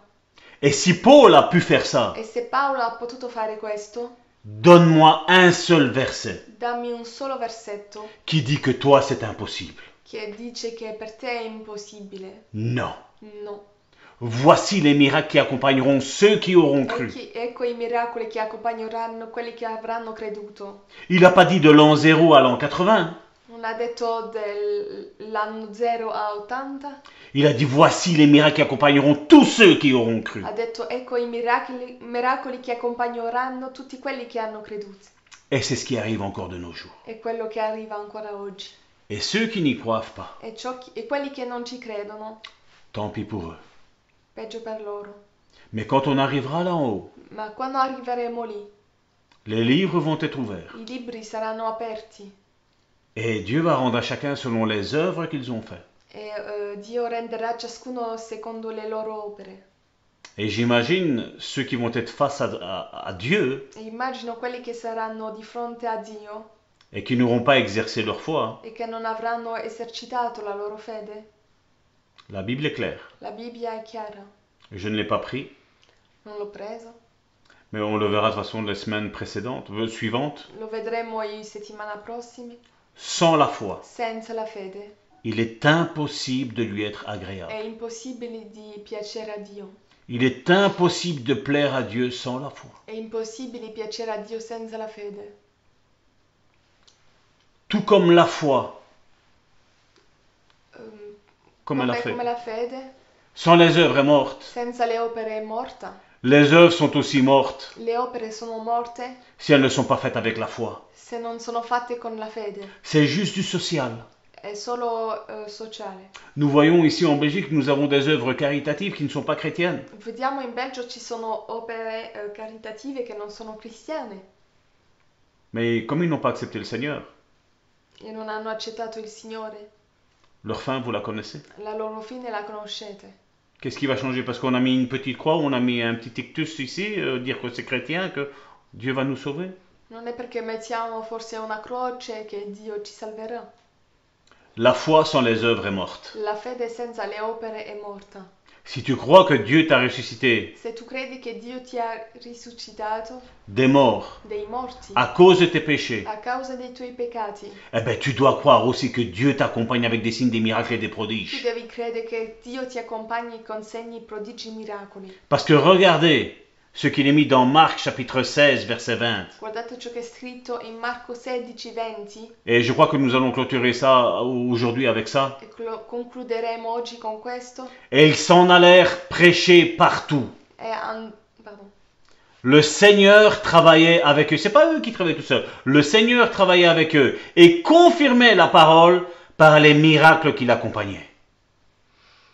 S4: Et si Paul a pu faire ça,
S5: E se Paolo ha potuto fare questo,
S4: donne-moi un seul verset
S5: dammi un solo versetto
S4: qui dit que toi c'est impossible.
S5: che dice che per te è impossibile.
S4: Non.
S5: No.
S4: Voici les miracles qui accompagneront ceux qui auront cru.
S5: Ecco, ecco i miracoli che accompagneranno quelli che avranno creduto.
S4: Il n'a pas dit de l'an 0 à l'an 80.
S5: Non ha detto dell'anno 0 a 80,
S4: Il a dit voici les miracles qui accompagneront tous ceux qui auront cru.
S5: ha detto ecco i miracoli, miracoli che accompagneranno tutti quelli che hanno creduto.
S4: Et c'est ce qui arrive encore de nos jours.
S5: È quello che arriva ancora oggi.
S4: Et ceux qui n'y croient pas,
S5: E, ciò chi- e quelli che non ci credono,
S4: tant pis pour eux.
S5: peggio per loro.
S4: Mais quand on arrivera là en haut,
S5: Ma quando arriveremo lì,
S4: les livres vont être ouverts.
S5: i libri saranno aperti.
S4: Et Dieu va rendre à chacun selon les œuvres qu'ils ont faites.
S5: E eh, Dio renderà a ciascuno secondo le loro opere.
S4: Et j'imagine ceux qui vont être face à, à- à Dieu
S5: E immagino quelli che saranno di fronte a Dio
S4: et qui n'auront pas exercé leur foi.
S5: e che non avranno esercitato la loro fede.
S4: La Bible est claire.
S5: La Bibbia è chiara,
S4: Je ne l'ai pas pris,
S5: non l'ho preso.
S4: mais on le verra de toute façon les semaines précédentes, euh, suivantes.
S5: Lo vedremo i settimana prossime.
S4: Sans la foi,
S5: Senza la fede
S4: il est impossible de lui être agréable.
S5: è impossibile di piacere a Dio.
S4: Il est impossible de plaire à Dieu sans la foi.
S5: È impossibile piacere a Dio senza la fede.
S4: Tout comme la foi,
S5: Ehm,
S4: comme elle a
S5: vabbè,
S4: fait.
S5: come la fede,
S4: Sans les œuvres est morte.
S5: senza le opere è morta.
S4: Les œuvres sont aussi mortes
S5: Le opere sono morte
S4: si elles ne sont pas faites avec la foi.
S5: se non sono fatte con la fede.
S4: C'est juste du social.
S5: È solo eh, sociale.
S4: Nous voyons ici en Belgique, nous avons des œuvres caritatives qui ne sont pas chrétiennes.
S5: Vediamo in Belgio ci sono opere eh, caritative che non sono cristiane
S4: Mais comme ils n'ont pas accepté le Seigneur,
S5: e non hanno accettato il Signore.
S4: leur fin, vous la connaissez.
S5: La loro fine la conoscete.
S4: Qu'est-ce qui va changer Parce qu'on a mis une petite croix, on a mis un petit ictus ici, euh, dire que c'est chrétien, que Dieu va nous sauver.
S5: Non è perché mettiamo forse una croce che Dio ci salverà.
S4: La foi sans les œuvres est morte.
S5: La fede senza le opere è morta.
S4: Si tu crois que Dieu t'a ressuscité
S5: Se tu credi che Dio ti ha risuscitato
S4: des morts
S5: dei morti
S4: à cause de tes péchés,
S5: a causa dei tuoi peccati,
S4: eh bien tu dois croire aussi que Dieu t'accompagne avec des signes, des miracles et des
S5: tu
S4: prodiges.
S5: devi credere che Dio ti accompagni con segni, prodigi, miracoli.
S4: Parce que regardez ce qu'il est mis dans Marc chapitre 16, verset 20.
S5: Guardate ciò che è scritto in Marco 16, 20
S4: Et je crois que nous allons clôturer ça aujourd'hui avec ça.
S5: e clo- concluderemo oggi con questo.
S4: Et ils s'en allèrent prêcher partout.
S5: È an- pardon.
S4: Le Seigneur travaillait avec eux. C'est pas eux qui travaillaient tout seuls. Le Seigneur travaillait avec eux et confirmait la parole par les miracles qui l'accompagnaient.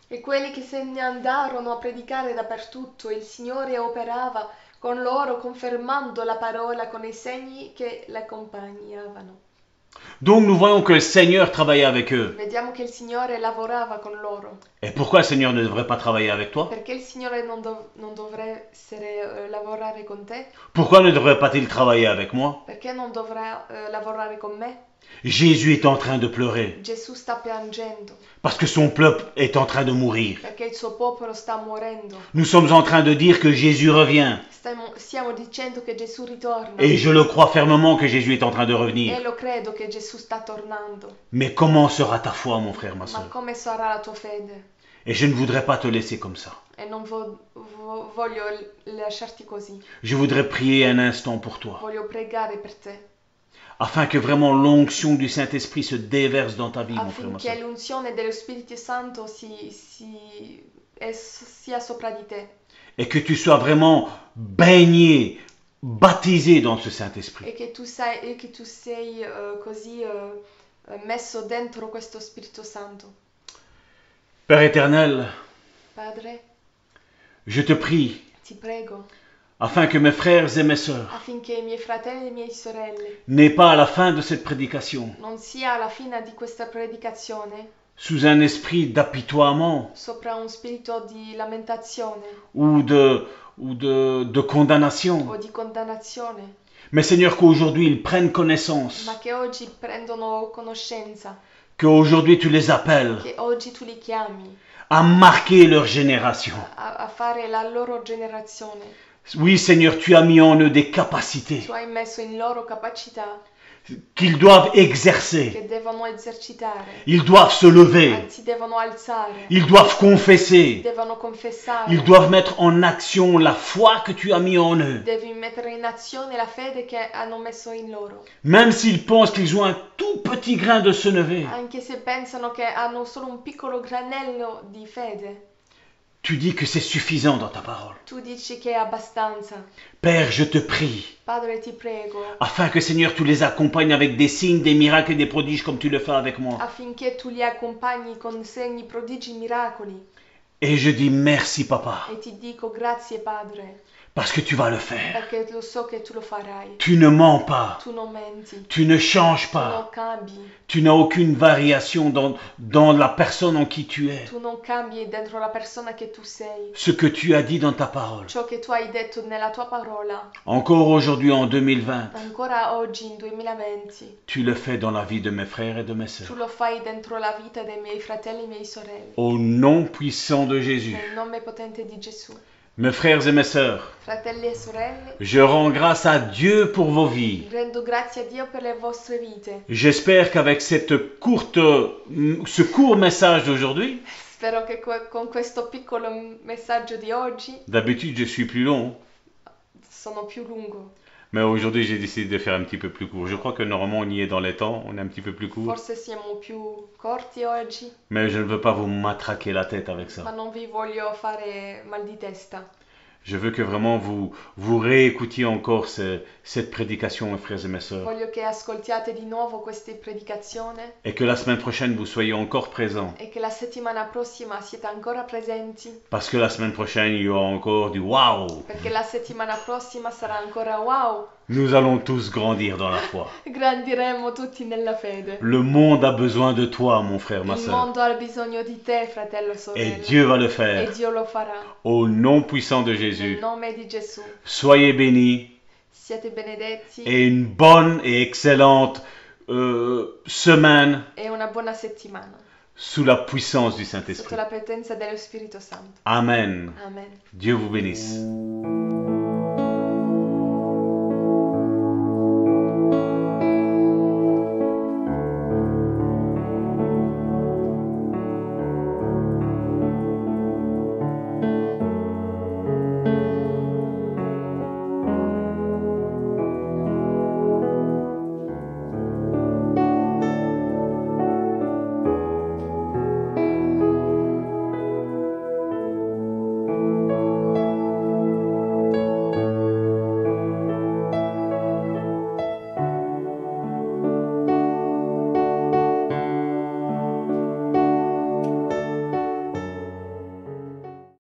S5: E quelli che se ne andarono a predicare dappertutto, il Signore operava con loro confermando la parola con i segni che l'accompagnavano.
S4: Donc nous voyons que le Seigneur travaillait avec eux.
S5: Vediamo che il Signore lavorava con loro.
S4: Et pourquoi le Seigneur ne devrait pas travailler avec toi
S5: Perché il Signore non, dov- non dovrebbe essere, eh, lavorare con te?
S4: Pourquoi ne devrait pas-il travailler avec moi
S5: Perché non dovrà eh, lavorare con me?
S4: Jésus est en train de pleurer
S5: Gesù sta piangendo
S4: parce que son peuple est en train de mourir.
S5: perché il suo popolo sta morendo.
S4: Nous sommes en train de dire que Jésus revient.
S5: Stiamo, Stiamo, stiamo dicendo che Gesù ritorna.
S4: Et je le crois fermement que Jésus est en train de
S5: E
S4: revenir.
S5: lo credo che Gesù sta tornando.
S4: Mais comment sera ta foi, mon frère, ma
S5: Ma
S4: soeur
S5: come sarà la tua fede?
S4: Et je ne voudrais pas te laisser comme ça.
S5: E non vo- vo- voglio l- lasciarti così.
S4: Je voudrais prier un instant pour toi,
S5: Voglio pregare per te
S4: afin que vraiment l'onction du Saint-Esprit se déverse dans ta vie, mon frère, ma
S5: affinché
S4: soeur.
S5: l'unzione dello Spirito Santo si, si- es- sia sopra di te
S4: Et que tu sois vraiment baigné, baptisé dans ce Saint-Esprit.
S5: e che tu, sai, e che tu sei eh, così eh, eh, messo dentro questo Spirito Santo.
S4: Père éternel,
S5: Padre,
S4: je te prie,
S5: ti prego
S4: afin que mes frères et mes sœurs
S5: affinché i miei fratelli e le mie sorelle
S4: n'aient pas à la fin de cette prédication
S5: non sia alla fine di questa predicazione
S4: sous un esprit d'apitoiement
S5: sopra un spirito di lamentazione
S4: ou de, ou de, de condamnation.
S5: o di condannazione,
S4: Mais Seigneur, qu'aujourd'hui ils prennent connaissance,
S5: ma che oggi prendono conoscenza,
S4: qu'aujourd'hui tu les appelles
S5: che oggi tu li chiami
S4: à marquer leur génération.
S5: a, a fare la loro generazione.
S4: Oui Seigneur, tu as mis en eux des capacités
S5: Tu hai messo in loro capacità
S4: qu'ils doivent exercer,
S5: che devono esercitare,
S4: ils doivent se lever,
S5: anzi devono alzare,
S4: ils doivent confesser,
S5: devono confessare,
S4: ils doivent mettre en action la foi que tu as mis en eux.
S5: devi mettere in azione la fede che hanno messo in loro,
S4: Même s'ils pensent qu'ils ont un tout petit grain de senevé,
S5: anche se pensano che hanno solo un piccolo granello di fede.
S4: tu dis que c'est suffisant dans ta parole.
S5: Tu dici che è abbastanza.
S4: Père, je te prie,
S5: Padre, ti prego,
S4: afin que Seigneur, tu les accompagnes avec des signes, des miracles et des prodiges comme tu le fais avec moi.
S5: affinché tu li accompagni con segni, prodigi, miracoli.
S4: Et je dis merci, Papa,
S5: E ti dico grazie, Padre,
S4: parce que tu vas le faire.
S5: perché lo so che tu lo farai.
S4: Tu ne mens pas,
S5: Tu non menti,
S4: tu ne changes
S5: tu
S4: pas.
S5: non cambi,
S4: Tu n'as aucune variation dans, dans la personne en qui tu es.
S5: tu non cambi dentro la persona che tu sei.
S4: Ce que tu as dit dans ta parole.
S5: Ciò che tu hai detto nella tua parola,
S4: Encore aujourd'hui en 2020,
S5: ancora oggi in 2020,
S4: tu le fais dans la vie de mes frères et de mes
S5: tu
S4: sœurs.
S5: lo fai dentro la vita dei miei fratelli e miei sorelle.
S4: Au nom puissant de Jésus.
S5: Nel nome potente di Gesù.
S4: Mes frères et mes sœurs,
S5: Fratelli e sorelle,
S4: je rends grâce à Dieu pour vos vies.
S5: rendo grazie a Dio per le vostre vite.
S4: J'espère qu'avec cette courte, mm, ce court message d'aujourd'hui,
S5: Spero che co- con questo piccolo messaggio di oggi
S4: d'habitude je suis plus long,
S5: sono più lungo.
S4: mais aujourd'hui j'ai décidé de faire un petit peu plus court. Je crois que normalement on y est dans les temps, on est un petit peu plus court,
S5: Forse siamo più corti oggi,
S4: mais je ne veux pas vous matraquer la tête avec ça.
S5: ma non vi voglio fare mal di testa.
S4: Je veux que vraiment vous, vous réécoutiez encore ce- cette prédication, mes frères et mes sœurs,
S5: Voglio che ascoltiate di nuovo queste predicazioni
S4: et que la semaine prochaine, vous soyez encore présents,
S5: e che la settimana prossima siete ancora presenti,
S4: parce que la semaine prochaine, il y aura encore du waouh.
S5: perché la settimana prossima sarà ancora wow!
S4: Nous allons tous grandir dans la foi.
S5: Grandiremo tutti nella fede.
S4: Le monde a besoin de toi, mon frère, ma
S5: Il
S4: sœur,
S5: mondo ha bisogno di te, fratello e
S4: et
S5: sorella.
S4: Dieu va le
S5: E
S4: faire.
S5: Dio lo farà.
S4: Au nom puissant de
S5: Nel
S4: Jésus,
S5: nome di Gesù.
S4: soyez bénis
S5: Siete benedetti
S4: et une bonne et excellente euh, semaine
S5: e una buona settimana.
S4: sous la puissance du
S5: Sotto
S4: Saint-Esprit.
S5: la potenza dello Spirito Santo.
S4: Amen.
S5: Amen.
S4: Dieu vous bénisse.